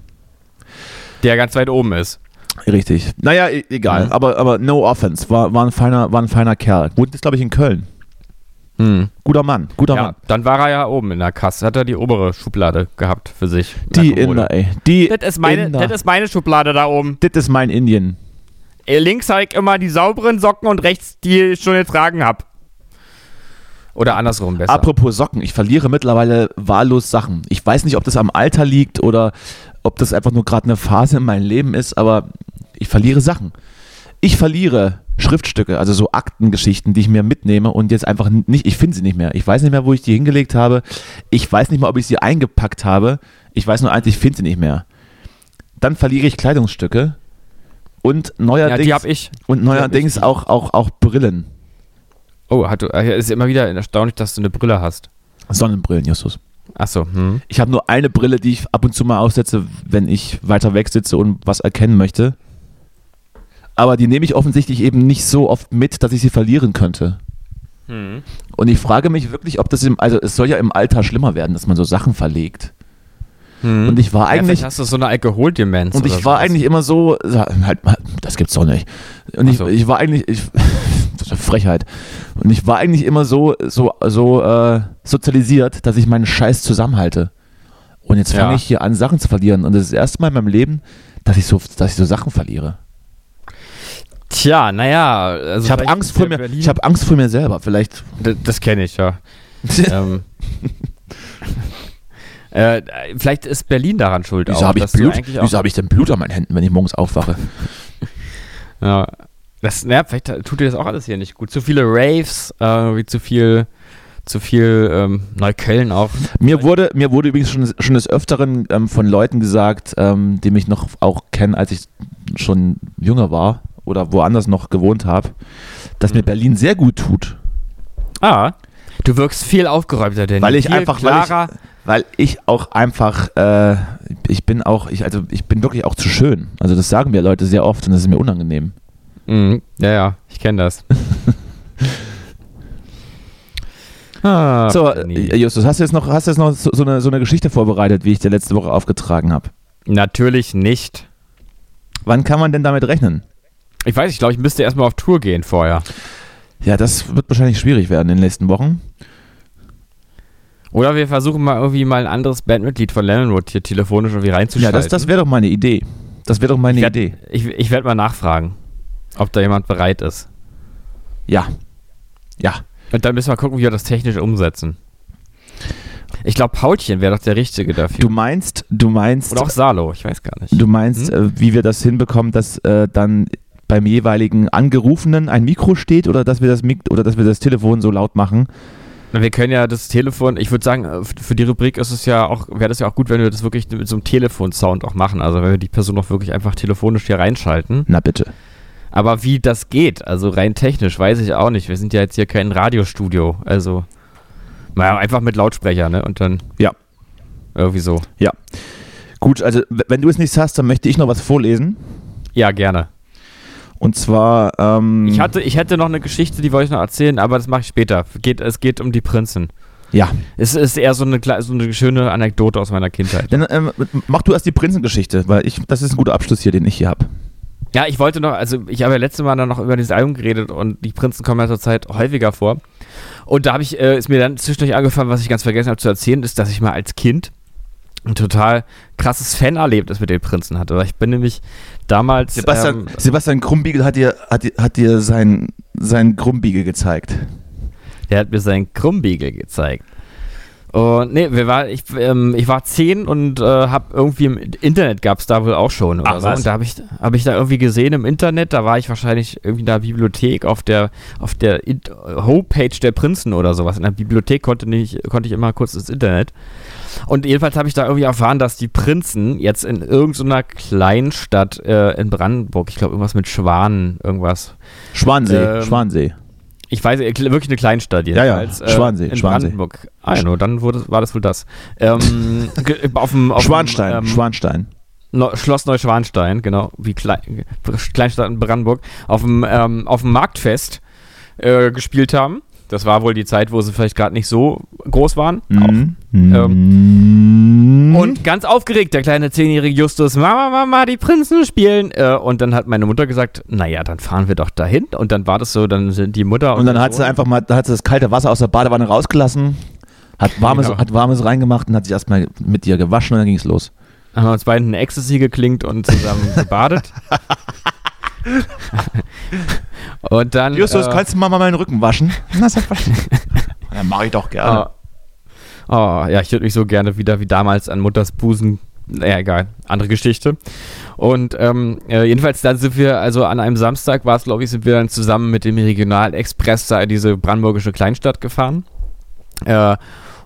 [SPEAKER 3] Der ganz weit oben ist.
[SPEAKER 4] richtig. Naja, e- egal,
[SPEAKER 3] Mhm.
[SPEAKER 4] aber, aber no offense, war, war, ein feiner, war ein feiner Kerl. Wohnt jetzt, glaube ich, in Köln.
[SPEAKER 3] Hm.
[SPEAKER 4] Guter Mann, guter Mann.
[SPEAKER 3] Ja, dann war er ja oben in der Kasse, hat er die obere Schublade gehabt für sich.
[SPEAKER 4] Die
[SPEAKER 3] der Kommode.
[SPEAKER 4] Inder, ey. Die
[SPEAKER 3] Das ist, meine,
[SPEAKER 4] Inder.
[SPEAKER 3] das ist meine Schublade da oben.
[SPEAKER 4] Das ist mein Indien.
[SPEAKER 3] Äh, Links habe ich immer die sauberen Socken und rechts die ich schon getragen habe. Oder andersrum besser.
[SPEAKER 4] Apropos Socken, ich verliere mittlerweile wahllos Sachen. Ich weiß nicht, ob das am Alter liegt oder ob das einfach nur gerade eine Phase in meinem Leben ist, aber ich verliere Sachen. Ich verliere Schriftstücke, also so Aktengeschichten, die ich mir mitnehme und jetzt einfach nicht, ich finde sie nicht mehr. Ich weiß nicht mehr, wo ich die hingelegt habe. Ich weiß nicht mal, ob ich sie eingepackt habe. Ich weiß nur eins, ich finde sie nicht mehr. Dann verliere ich Kleidungsstücke und
[SPEAKER 3] ja,
[SPEAKER 4] neuerdings,
[SPEAKER 3] die habe ich.
[SPEAKER 4] und neuerdings auch, auch, auch Brillen.
[SPEAKER 3] Oh, hat du, äh, ist immer wieder erstaunlich, dass du eine Brille hast.
[SPEAKER 4] Sonnenbrillen, Justus.
[SPEAKER 3] Achso, hm.
[SPEAKER 4] Ich habe nur eine Brille, die ich ab und zu mal aufsetze, wenn ich weiter weg sitze und was erkennen möchte. Aber die nehme ich offensichtlich eben nicht so oft mit, dass ich sie verlieren könnte. Und ich frage mich wirklich, ob das im, also es soll ja im Alter schlimmer werden, dass man so Sachen verlegt. Und ich war eigentlich,
[SPEAKER 3] hast du so eine Alkoholdemenz.
[SPEAKER 4] und
[SPEAKER 3] oder
[SPEAKER 4] ich war
[SPEAKER 3] sowas.
[SPEAKER 4] eigentlich immer so, ja, halt, halt, das gibt's doch nicht. Und ich,
[SPEAKER 3] Ach so.
[SPEAKER 4] ich war eigentlich, ich, Das ist eine Frechheit. Und ich war eigentlich immer so, so, so äh, sozialisiert, dass ich meinen Scheiß zusammenhalte. Und jetzt fange
[SPEAKER 3] Ja.
[SPEAKER 4] ich hier an, Sachen zu verlieren. Und das ist das erste Mal in meinem Leben, dass ich so, dass ich so Sachen
[SPEAKER 3] Also
[SPEAKER 4] verliere.
[SPEAKER 3] Tja, naja. Also
[SPEAKER 4] Ich habe
[SPEAKER 3] vielleicht
[SPEAKER 4] Angst vor
[SPEAKER 3] der
[SPEAKER 4] mir.
[SPEAKER 3] Berlin-
[SPEAKER 4] Ich habe Angst vor mir selber. Vielleicht.
[SPEAKER 3] D- Das kenne ich, ja. ähm. äh, vielleicht ist Berlin daran schuld.
[SPEAKER 4] Wieso
[SPEAKER 3] auch,
[SPEAKER 4] habe ich
[SPEAKER 3] dass du
[SPEAKER 4] Blut?
[SPEAKER 3] eigentlich auch-
[SPEAKER 4] Wieso habe ich denn Blut an meinen Händen, wenn ich morgens aufwache?
[SPEAKER 3] Ja. Das, na, vielleicht tut dir das auch alles hier nicht gut. Zu viele Raves, äh, wie zu viel, zu viel ähm, Neukölln auch.
[SPEAKER 4] Mir wurde, mir wurde übrigens schon, schon des Öfteren ähm, von Leuten gesagt, ähm, die mich noch auch kennen, als ich schon jünger war oder woanders noch gewohnt habe, dass mir Berlin sehr gut tut.
[SPEAKER 3] Ah, du wirkst viel aufgeräumter, denn
[SPEAKER 4] Weil ich
[SPEAKER 3] viel
[SPEAKER 4] einfach- weil ich-
[SPEAKER 3] klarer.
[SPEAKER 4] Weil ich auch einfach, äh, ich bin auch, ich, also ich bin wirklich auch zu schön. Also das sagen mir Leute sehr oft und das ist mir unangenehm.
[SPEAKER 3] Mhm, ja, ja, ich kenne das. ah,
[SPEAKER 4] so,
[SPEAKER 3] Berlin.
[SPEAKER 4] äh, Justus, hast du jetzt noch, hast du jetzt noch so, so, eine, so eine Geschichte vorbereitet, wie ich dir letzte Woche aufgetragen habe?
[SPEAKER 3] Natürlich nicht.
[SPEAKER 4] Wann kann man denn damit rechnen?
[SPEAKER 3] Ich weiß, ich glaube, ich müsste erstmal auf Tour gehen vorher.
[SPEAKER 4] Ja, das wird wahrscheinlich schwierig werden in den nächsten Wochen.
[SPEAKER 3] Oder wir versuchen mal irgendwie mal ein anderes Bandmitglied von Lennonwood hier telefonisch irgendwie
[SPEAKER 4] Ja,
[SPEAKER 3] reinzuschalten.
[SPEAKER 4] das, das wäre doch meine Idee. Das wäre doch meine
[SPEAKER 3] ich werd-
[SPEAKER 4] Idee.
[SPEAKER 3] Ich, ich werde mal nachfragen, ob da jemand bereit ist.
[SPEAKER 4] Ja. Ja.
[SPEAKER 3] Und dann müssen wir gucken, wie wir das technisch umsetzen. Ich glaube, Paulchen wäre doch der Richtige dafür.
[SPEAKER 4] Du meinst, du meinst,
[SPEAKER 3] Oder auch Salo, ich weiß gar nicht.
[SPEAKER 4] du meinst, äh, wie wir das hinbekommen, dass äh, dann beim jeweiligen Angerufenen ein Mikro steht oder dass wir das Mik oder dass wir das Telefon so laut machen.
[SPEAKER 3] Na, Wir können ja das Telefon, ich würde sagen, äh, f- für die Rubrik ist es ja auch, wäre das ja auch gut, wenn wir das wirklich mit so einem Telefonsound auch machen. Also wenn wir die Person auch wirklich einfach telefonisch hier reinschalten.
[SPEAKER 4] Na bitte.
[SPEAKER 3] Aber wie das geht, also rein technisch, weiß ich auch nicht. Wir sind ja jetzt hier kein Radiostudio. Also, naja, einfach mit Lautsprecher, ne? Und dann.
[SPEAKER 4] Ja.
[SPEAKER 3] Irgendwie so.
[SPEAKER 4] Ja. Gut, also w- wenn du es nicht hast, dann möchte ich noch was vorlesen.
[SPEAKER 3] Ja, gerne.
[SPEAKER 4] Und zwar, ähm,
[SPEAKER 3] Ich, hatte, ich hätte noch eine Geschichte, die wollte ich noch erzählen, aber das mache ich später. Geht, es geht um die Prinzen.
[SPEAKER 4] ja.
[SPEAKER 3] Es ist eher so eine, kle- so eine schöne Anekdote aus meiner Kindheit.
[SPEAKER 4] Dann ähm, mach du erst die Prinzengeschichte, weil ich, das ist ein guter Abschluss hier, den ich hier habe.
[SPEAKER 3] Ja, ich wollte noch, also ich habe ja letztes Mal dann noch über dieses Album geredet und die Prinzen kommen ja zurzeit häufiger vor. Und da habe ich, äh, ist mir dann zwischendurch angefallen, was ich ganz vergessen habe zu erzählen, ist, dass ich mal als Kind ein total krasses Fanerlebnis mit den Prinzen hatte. Weil Ich bin nämlich damals.
[SPEAKER 4] Sebastian,
[SPEAKER 3] ähm,
[SPEAKER 4] Sebastian Krumbiegel hat dir, hat dir, hat dir seinen, seinen Krumbiegel gezeigt.
[SPEAKER 3] Der hat mir seinen Krummbiegel gezeigt. Und nee, wir war, ich, ähm, ich war zehn und äh, habe irgendwie im Internet gab es da wohl auch schon oder
[SPEAKER 4] Ach,
[SPEAKER 3] so.
[SPEAKER 4] was?
[SPEAKER 3] Und da habe ich, hab ich da irgendwie gesehen im Internet, da war ich wahrscheinlich irgendwie in der Bibliothek auf der auf der In- Homepage der Prinzen oder sowas. In der Bibliothek konnte, nicht, konnte ich immer kurz ins Internet. Und jedenfalls habe ich da irgendwie erfahren, dass die Prinzen jetzt in irgendeiner Kleinstadt äh, in Brandenburg, ich glaube irgendwas mit Schwanen, irgendwas,
[SPEAKER 4] Schwansee,
[SPEAKER 3] Ähm,
[SPEAKER 4] Schwansee.
[SPEAKER 3] ich weiß, äh, kle- wirklich eine Kleinstadt
[SPEAKER 4] Ja, ja,
[SPEAKER 3] jedenfalls. äh,
[SPEAKER 4] Schwansee,
[SPEAKER 3] in
[SPEAKER 4] Schwansee.
[SPEAKER 3] Brandenburg. Ah, ja, nur dann wurde, war das wohl das. Ähm, ge- auf dem, auf
[SPEAKER 4] Schwanstein,
[SPEAKER 3] Dem, ähm,
[SPEAKER 4] Schwanstein.
[SPEAKER 3] Neu- Schloss Neuschwanstein, genau, wie Klei- Kleinstadt in Brandenburg, auf dem, ähm, auf dem Marktfest äh, gespielt haben. Das war wohl die Zeit, wo sie vielleicht gerade nicht so groß waren. Ähm,
[SPEAKER 4] Mhm. Mhm.
[SPEAKER 3] Und ganz aufgeregt, der kleine zehnjährige Justus, Mama, Mama, die Prinzen spielen. Äh, und dann hat meine Mutter gesagt, naja, dann fahren wir doch dahin. Und dann war das so, dann sind die Mutter
[SPEAKER 4] Und dann
[SPEAKER 3] der
[SPEAKER 4] hat sie
[SPEAKER 3] Sohn-
[SPEAKER 4] einfach mal, hat sie das kalte Wasser aus der Badewanne rausgelassen, hat warmes,
[SPEAKER 3] Genau.
[SPEAKER 4] hat warmes reingemacht und hat sich erstmal mit ihr gewaschen und dann ging es los.
[SPEAKER 3] haben wir uns beiden eine Ecstasy geklingt und zusammen gebadet. und dann. äh,
[SPEAKER 4] du mal meinen Rücken waschen? Na, Ah. dann mache ich doch
[SPEAKER 3] oh, oh, ja, ich würde mich so gerne wieder wie damals an Mutters Busen. Naja, egal. Andere Geschichte. Und ähm, äh, jedenfalls, dann sind wir, also an einem Samstag war es, glaube ich, sind wir dann zusammen mit dem Regionalexpress da in diese brandenburgische Kleinstadt gefahren. Äh,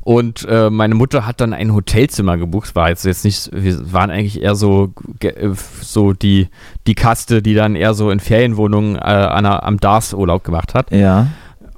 [SPEAKER 3] und äh, meine Mutter hat dann ein Hotelzimmer gebucht, war jetzt, jetzt nicht, wir waren eigentlich eher so, ge- äh, so die, die Kaste, die dann eher so in Ferienwohnungen äh, an der, am Dars Urlaub gemacht hat
[SPEAKER 4] Ja.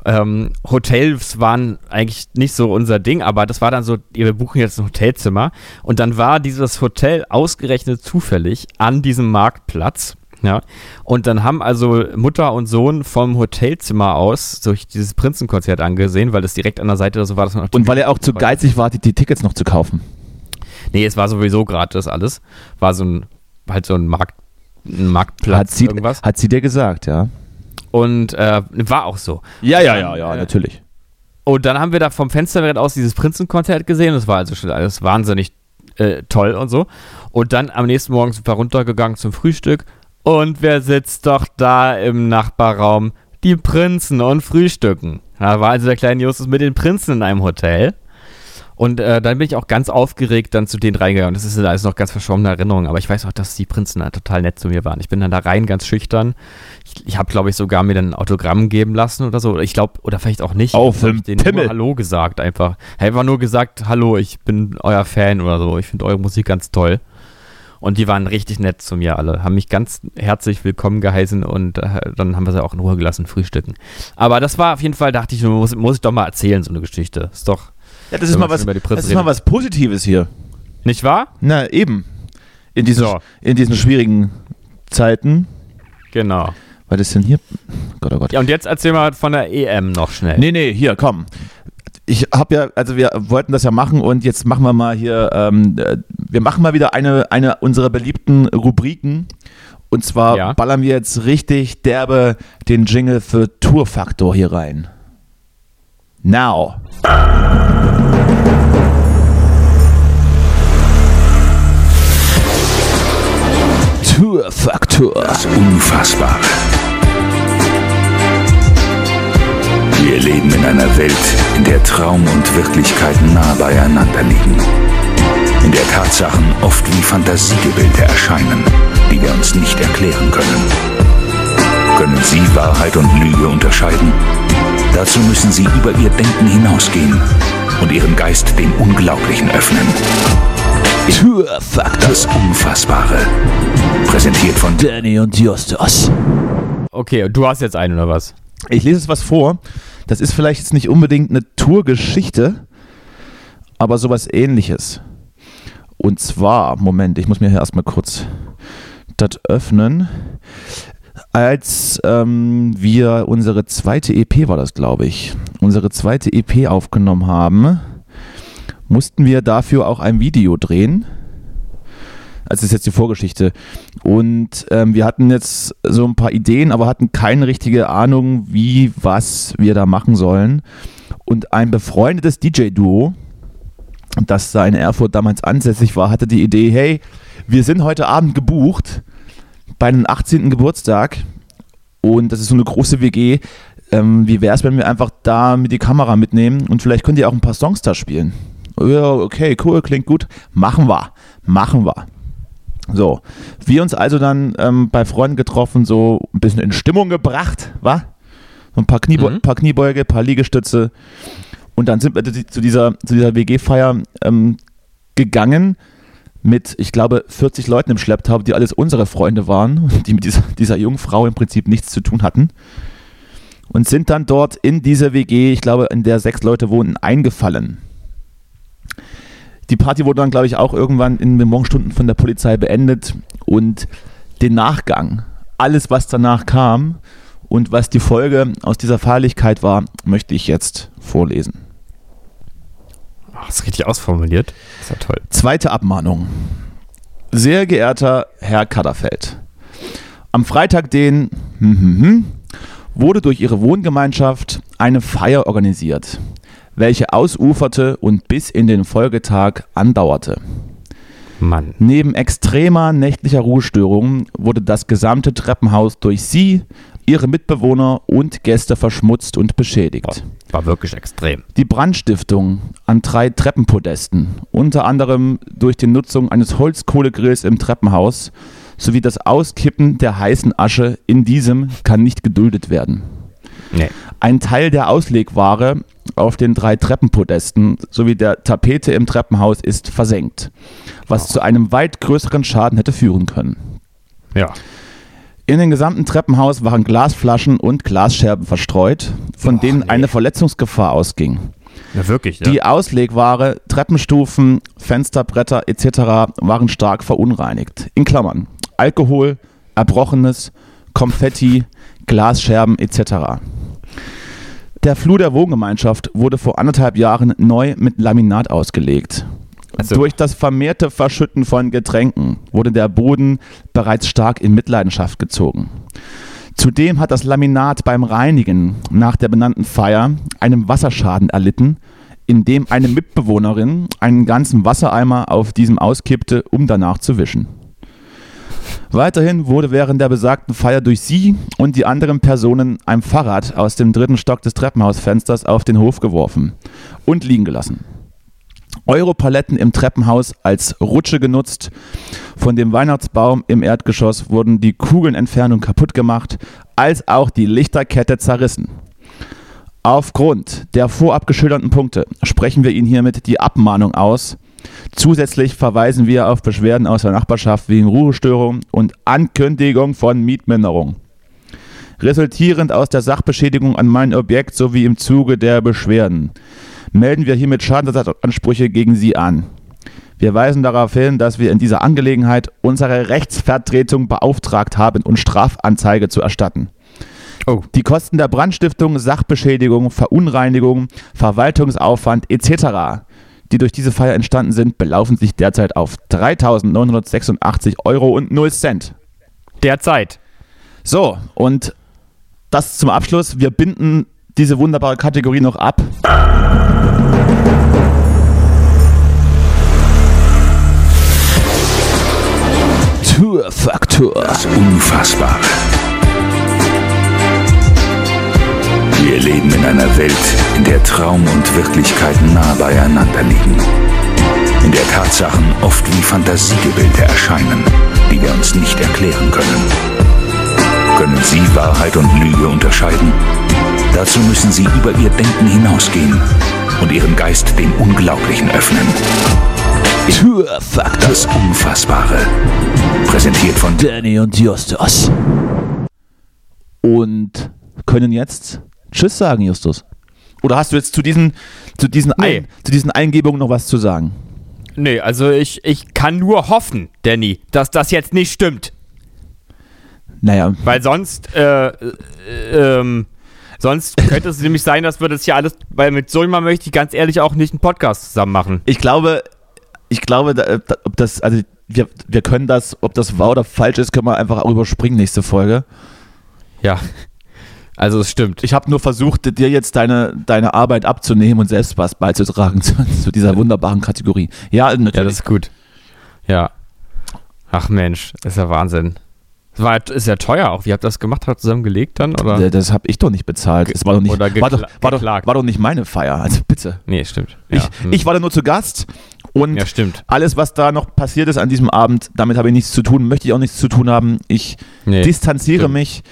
[SPEAKER 3] ähm, Hotels waren eigentlich nicht so unser Ding, aber das war dann so, wir buchen jetzt ein Hotelzimmer. Und dann war dieses Hotel ausgerechnet zufällig an diesem Marktplatz. Ja, und dann haben also Mutter und Sohn vom Hotelzimmer aus so dieses Prinzenkonzert angesehen, weil das direkt an der Seite so war, dass man auf die
[SPEAKER 4] Und weil er auch zu geizig war, die, die Tickets noch zu kaufen.
[SPEAKER 3] Nee, es war sowieso gratis alles. War so ein, halt so ein Markt, ein Marktplatz,
[SPEAKER 4] Hat sie,
[SPEAKER 3] irgendwas.
[SPEAKER 4] hat sie dir gesagt, ja.
[SPEAKER 3] Und äh, war auch so.
[SPEAKER 4] Ja, ja, ja, ja, natürlich.
[SPEAKER 3] Und dann haben wir da vom Fensterbrett aus dieses Prinzenkonzert gesehen. Das war also schon alles wahnsinnig äh, toll und so. Und dann am nächsten Morgen sind wir runtergegangen zum Frühstück. Und wer sitzt doch da im Nachbarraum? Die Prinzen und Frühstücken. Da war also der kleine Justus mit den Prinzen in einem Hotel. Und äh, dann bin ich auch ganz aufgeregt dann zu denen reingegangen. Das ist alles noch ganz verschwommene Erinnerung, aber ich weiß auch, dass die Prinzen da total nett zu mir waren. Ich bin dann da rein, ganz schüchtern. Ich, ich habe, glaube ich, sogar mir dann ein Autogramm geben lassen oder so. Oder Ich glaube, oder vielleicht auch nicht.
[SPEAKER 4] Auf
[SPEAKER 3] Ich glaub,
[SPEAKER 4] den
[SPEAKER 3] ich denen
[SPEAKER 4] Pimmel.
[SPEAKER 3] nur Hallo gesagt einfach. Ich habe nur gesagt, hallo, ich bin euer Fan oder so. Ich finde eure Musik ganz toll. Und die waren richtig nett zu mir alle, haben mich ganz herzlich willkommen geheißen und äh, dann haben wir sie auch in Ruhe gelassen, frühstücken. Aber das war auf jeden Fall, dachte ich, muss, muss ich doch mal erzählen, so eine Geschichte. Ist doch
[SPEAKER 4] Ja, das
[SPEAKER 3] Wenn man schon über die Prinzen redet.
[SPEAKER 4] was Positives hier.
[SPEAKER 3] nicht wahr?
[SPEAKER 5] Na, eben. In diesen,
[SPEAKER 3] So.
[SPEAKER 4] In diesen schwierigen Zeiten.
[SPEAKER 3] Genau.
[SPEAKER 4] Was ist denn hier? Gott, oh Gott.
[SPEAKER 3] Ja, und jetzt erzähl mal von der EM noch schnell.
[SPEAKER 4] Nee,
[SPEAKER 3] Nee.
[SPEAKER 4] nee, hier, komm. Ich habe ja, also wir wollten das ja machen und jetzt machen wir mal hier, ähm, äh, wir machen mal wieder eine, eine unserer beliebten Rubriken. Und zwar
[SPEAKER 3] Ja.
[SPEAKER 4] ballern wir jetzt richtig derbe den Jingle für Tourfaktor hier rein. Now. Tourfaktor.
[SPEAKER 6] Das Unfassbare. Wir leben in einer Welt, in der Traum und Wirklichkeit nah beieinander liegen. In der Tatsachen oft wie Fantasiegebilde erscheinen, die wir uns nicht erklären können. Können Sie Wahrheit und Lüge unterscheiden? Dazu müssen Sie über Ihr Denken hinausgehen und Ihren Geist dem Unglaublichen öffnen.
[SPEAKER 4] Tourfaktor.
[SPEAKER 6] Das Unfassbare. Präsentiert von
[SPEAKER 4] Danny und Justus.
[SPEAKER 3] Okay, du hast jetzt einen oder was?
[SPEAKER 4] Ich lese jetzt was vor. Das ist vielleicht jetzt nicht unbedingt eine Tourgeschichte, aber sowas ähnliches. Und zwar, Moment, ich muss mir hier erstmal kurz das öffnen. Als ähm, wir unsere zweite EP, war das glaube ich, unsere zweite EP aufgenommen haben, mussten wir dafür auch ein Video drehen. Also das ist jetzt die Vorgeschichte. Und ähm, wir hatten jetzt so ein paar Ideen, aber hatten keine richtige Ahnung, wie, was wir da machen sollen. Und ein befreundetes DJ-Duo, das da in Erfurt damals ansässig war, hatte die Idee, hey, wir sind heute Abend gebucht bei einem 18. Geburtstag und das ist so eine große WG. Ähm, wie wäre es, wenn wir einfach da mit die Kamera mitnehmen und vielleicht könnt ihr auch ein paar Songs da spielen? Ja, okay, cool, klingt gut. Machen wir, machen wir. So, wir uns also dann ähm, bei Freunden getroffen, so ein bisschen in Stimmung gebracht, wa? So ein paar, Kniebe
[SPEAKER 3] Mhm.
[SPEAKER 4] paar Kniebeuge, paar Liegestütze. Und dann sind wir zu zu dieser, zu dieser WG-Feier ähm, gegangen mit, ich glaube, 40 Leuten im Schlepptau, die alles unsere Freunde waren, die mit dieser, dieser jungen Frau im Prinzip nichts zu tun hatten. Und sind dann dort in dieser WG, ich glaube, in der sechs Leute wohnten, eingefallen. Die Party wurde dann, glaube ich, auch irgendwann in den Morgenstunden von der Polizei beendet und den Nachgang, alles, was danach kam und was die Folge aus dieser Feierlichkeit war, möchte ich jetzt vorlesen.
[SPEAKER 3] Ach, ist richtig ausformuliert. Ist ja toll.
[SPEAKER 4] Zweite Abmahnung. Sehr geehrter Herr Kadderfeld, am Freitag, den hm, wurde durch Ihre Wohngemeinschaft eine Feier organisiert, welche ausuferte und bis in den Folgetag andauerte.
[SPEAKER 3] Mann.
[SPEAKER 4] Neben extremer nächtlicher Ruhestörung wurde das gesamte Treppenhaus durch Sie, Ihre Mitbewohner und Gäste verschmutzt und
[SPEAKER 3] Boah,
[SPEAKER 4] beschädigt.
[SPEAKER 3] war wirklich extrem.
[SPEAKER 4] Die Brandstiftung an drei Treppenpodesten, unter anderem durch die Nutzung eines Holzkohlegrills im Treppenhaus, sowie das Auskippen der heißen Asche in diesem kann nicht geduldet werden.
[SPEAKER 3] Nee.
[SPEAKER 4] Ein Teil der Auslegware auf den drei Treppenpodesten sowie der Tapete im Treppenhaus ist versenkt, was zu einem weit größeren Schaden hätte führen können.
[SPEAKER 3] Ja.
[SPEAKER 4] In dem gesamten Treppenhaus waren Glasflaschen und Glasscherben verstreut, von denen eine Verletzungsgefahr ausging.
[SPEAKER 3] Ja, wirklich, ja.
[SPEAKER 4] Die Auslegware, Treppenstufen, Fensterbretter etc. waren stark verunreinigt. In Klammern Alkohol, Erbrochenes, Konfetti, Glasscherben etc. Der Flur der Wohngemeinschaft wurde vor anderthalb Jahren neu mit Laminat ausgelegt.
[SPEAKER 3] Also-
[SPEAKER 4] Durch das vermehrte Verschütten von Getränken wurde der Boden bereits stark in Mitleidenschaft gezogen. Zudem hat das Laminat beim Reinigen nach der benannten Feier einen Wasserschaden erlitten, indem eine Mitbewohnerin einen ganzen Wassereimer auf diesem auskippte, um danach zu wischen. Weiterhin wurde während der besagten Feier durch sie und die anderen Personen ein Fahrrad aus dem dritten Stock des Treppenhausfensters auf den Hof geworfen und liegen gelassen. Europaletten im Treppenhaus als Rutsche genutzt. Von dem Weihnachtsbaum im Erdgeschoss wurden die Kugeln entfernt und kaputt gemacht, als auch die Lichterkette zerrissen. Aufgrund der vorab geschilderten Punkte sprechen wir Ihnen hiermit die Abmahnung aus. Zusätzlich verweisen wir auf Beschwerden aus der Nachbarschaft wegen Ruhestörung und Ankündigung von Mietminderung. Resultierend aus der Sachbeschädigung an mein Objekt sowie im Zuge der Beschwerden melden wir hiermit Schadensersatzansprüche gegen Sie an. Wir weisen darauf hin, dass wir in dieser Angelegenheit unsere Rechtsvertretung beauftragt haben, uns Strafanzeige zu erstatten.
[SPEAKER 3] Oh.
[SPEAKER 4] Die Kosten der Brandstiftung, Sachbeschädigung, Verunreinigung, Verwaltungsaufwand etc., die durch diese Feier entstanden sind, belaufen sich derzeit auf 3.986 Euro und 0 Cent.
[SPEAKER 3] Derzeit.
[SPEAKER 4] So, und das zum Abschluss. Wir binden diese wunderbare Kategorie noch ab.
[SPEAKER 6] Tourfaktor. Das Unfassbare. Wir leben in einer Welt, in der Traum und Wirklichkeit nah beieinander liegen. In der Tatsachen oft wie Fantasiegebilde erscheinen, die wir uns nicht erklären können. Können Sie Wahrheit und Lüge unterscheiden? Dazu müssen Sie über Ihr Denken hinausgehen und Ihren Geist dem Unglaublichen öffnen. Türfaktor. Das Unfassbare. Präsentiert von
[SPEAKER 4] Danny und Justus. Und können jetzt Tschüss sagen, Justus. Oder hast du jetzt zu diesen, zu diesen,
[SPEAKER 3] Nee.
[SPEAKER 4] Ein, zu diesen Eingebungen noch was zu sagen?
[SPEAKER 3] Nee, also ich, ich kann nur hoffen, Danny, dass das jetzt nicht stimmt.
[SPEAKER 4] Naja,
[SPEAKER 3] Weil sonst, äh, äh, ähm, sonst könnte es nämlich sein, dass wir das hier alles, weil mit so jemandem möchte ich ganz ehrlich auch nicht einen Podcast zusammen machen.
[SPEAKER 4] ich glaube, ich glaube, da, da, ob das, also wir, wir können das, ob das wahr oder falsch ist, können wir einfach auch überspringen nächste Folge.
[SPEAKER 3] Ja. Also es stimmt.
[SPEAKER 4] Ich habe nur versucht, dir jetzt deine, deine Arbeit abzunehmen und selbst was beizutragen zu, zu dieser wunderbaren Kategorie. Ja, natürlich.
[SPEAKER 3] Ja, das ist gut. Ja. Ach Mensch, ist ja Wahnsinn. Es war, halt, ist ja teuer auch. Wie habt ihr das gemacht? Habt ihr zusammengelegt dann? Oder?
[SPEAKER 4] Äh, Das habe ich doch nicht bezahlt. Das war doch nicht,
[SPEAKER 3] oder
[SPEAKER 4] war doch,
[SPEAKER 3] gekla-
[SPEAKER 4] war, doch,
[SPEAKER 3] geklagt.
[SPEAKER 4] war doch nicht meine Feier. Also bitte.
[SPEAKER 3] Nee, stimmt.
[SPEAKER 4] Ich,
[SPEAKER 3] ja. hm.
[SPEAKER 4] ich war da nur zu Gast und
[SPEAKER 3] ja, stimmt.
[SPEAKER 4] alles, was da noch passiert ist an diesem Abend, damit habe ich nichts zu tun, möchte ich auch nichts zu tun haben. Ich
[SPEAKER 3] Nee.
[SPEAKER 4] distanziere
[SPEAKER 3] stimmt.
[SPEAKER 4] mich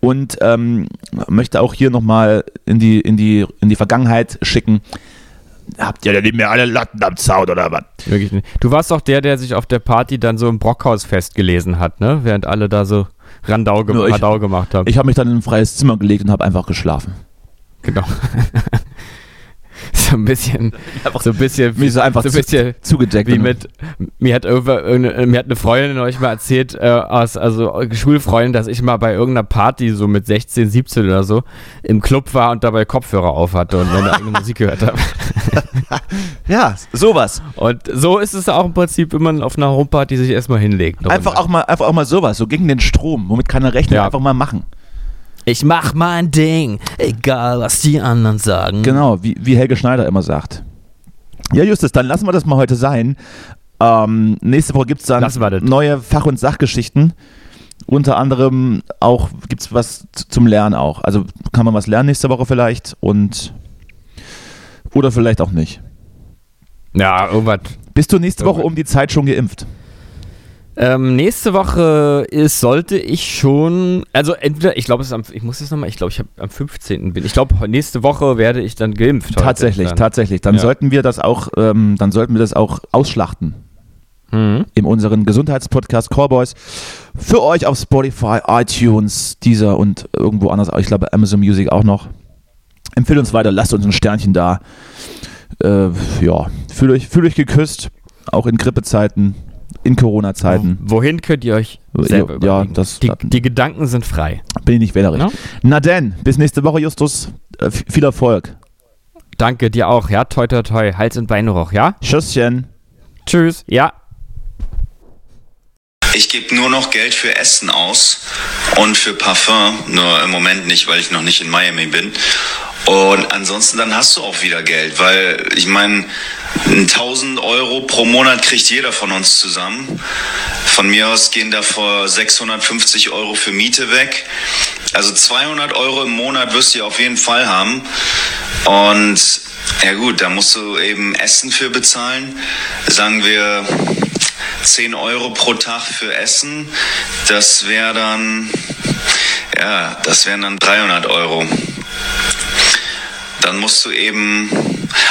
[SPEAKER 4] und ähm, möchte auch hier nochmal in die, in, die, in die Vergangenheit schicken. Habt ihr denn nicht mehr alle Latten am Zaun oder was?
[SPEAKER 3] Wirklich nicht. Du warst doch der, der sich auf der Party dann so im Brockhaus festgelesen hat, ne? Während alle da so Randau, ge
[SPEAKER 4] Ja, ich-
[SPEAKER 3] Radau gemacht haben.
[SPEAKER 4] Ich habe mich dann in ein freies Zimmer gelegt und habe einfach geschlafen.
[SPEAKER 3] genau. so ein bisschen, so ein bisschen,
[SPEAKER 4] Mich so einfach
[SPEAKER 3] so ein bisschen
[SPEAKER 4] zu, zugedeckt.
[SPEAKER 3] wie
[SPEAKER 4] und-
[SPEAKER 3] mit, mir hat, irgendwer- irgendeine- mir hat eine Freundin euch mal erzählt, äh, aus, also Schulfreundin, dass ich mal bei irgendeiner Party so mit 16, 17 oder so im Club war und dabei Kopfhörer auf hatte und meine eigene Musik gehört habe.
[SPEAKER 4] ja, sowas.
[SPEAKER 3] Und so ist es auch im Prinzip, wenn man auf einer Homeparty sich erstmal hinlegt. eine
[SPEAKER 4] Einfach
[SPEAKER 3] Runde.
[SPEAKER 4] auch, mal, einfach auch mal sowas, so gegen den Strom, womit keiner rechnet,
[SPEAKER 3] Ja.
[SPEAKER 4] einfach mal machen.
[SPEAKER 3] Ich mach mein Ding, egal was die anderen sagen.
[SPEAKER 4] Genau, wie, wie Helge Schneider immer sagt. Ja, Justus, dann lassen wir das mal heute sein. Ähm, nächste Woche gibt es dann
[SPEAKER 3] Lassen wir das.
[SPEAKER 4] neue Fach- und Sachgeschichten. Unter anderem auch gibt es was z- zum Lernen auch. Also kann man was lernen nächste Woche vielleicht und oder vielleicht auch nicht.
[SPEAKER 3] Ja, irgendwas.
[SPEAKER 4] Bist du nächste Woche
[SPEAKER 3] Irgendwann.
[SPEAKER 4] um die Zeit schon geimpft?
[SPEAKER 3] Ähm, nächste Woche ist, sollte ich schon, also entweder, ich glaube, es ist am, ich muss es nochmal, ich glaube, ich habe am 15. bin, ich glaube, nächste Woche werde ich dann geimpft. heute.
[SPEAKER 4] tatsächlich,
[SPEAKER 3] dann.
[SPEAKER 4] tatsächlich. Dann
[SPEAKER 3] Ja.
[SPEAKER 4] sollten wir das auch, ähm, dann sollten wir das auch ausschlachten.
[SPEAKER 3] Mhm.
[SPEAKER 4] in unseren Gesundheitspodcast Callboys. Für euch auf Spotify, iTunes, dieser und irgendwo anders. Ich glaube, Amazon Music auch noch. Empfehlt uns weiter, lasst uns ein Sternchen da. Äh, ja, fühlt euch, fühlt euch geküsst, auch in Grippezeiten, in Corona-Zeiten.
[SPEAKER 3] Wohin könnt ihr euch selber
[SPEAKER 4] Ja,
[SPEAKER 3] überlegen?
[SPEAKER 4] das-
[SPEAKER 3] die, die Gedanken sind frei.
[SPEAKER 4] Bin ich nicht wählerisch.
[SPEAKER 3] Ja.
[SPEAKER 4] Na denn, bis nächste Woche, Justus. Äh, f- viel Erfolg.
[SPEAKER 3] Danke dir auch, ja, toi, toi, toi, Hals und Beine hoch, ja?
[SPEAKER 4] Tschüsschen.
[SPEAKER 3] Tschüss, ja.
[SPEAKER 7] Ich gebe nur noch Geld für Essen aus und für Parfum, nur im Moment nicht, weil ich noch nicht in Miami bin. Und ansonsten dann hast du auch wieder Geld, weil ich meine, 1000 Euro pro Monat kriegt jeder von uns zusammen. Von mir aus gehen davor 650 Euro für Miete weg. Also 200 Euro im Monat wirst du ja auf jeden Fall haben. Und ja gut, da musst du eben Essen für bezahlen. Sagen wir 10 Euro pro Tag für Essen. Das wäre dann, ja, das wären dann 300 Euro dann musst du eben,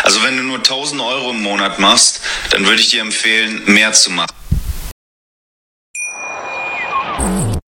[SPEAKER 7] also wenn du nur 1000 Euro im Monat machst, dann würde ich dir empfehlen, mehr zu machen.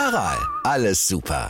[SPEAKER 1] Aral, alles super.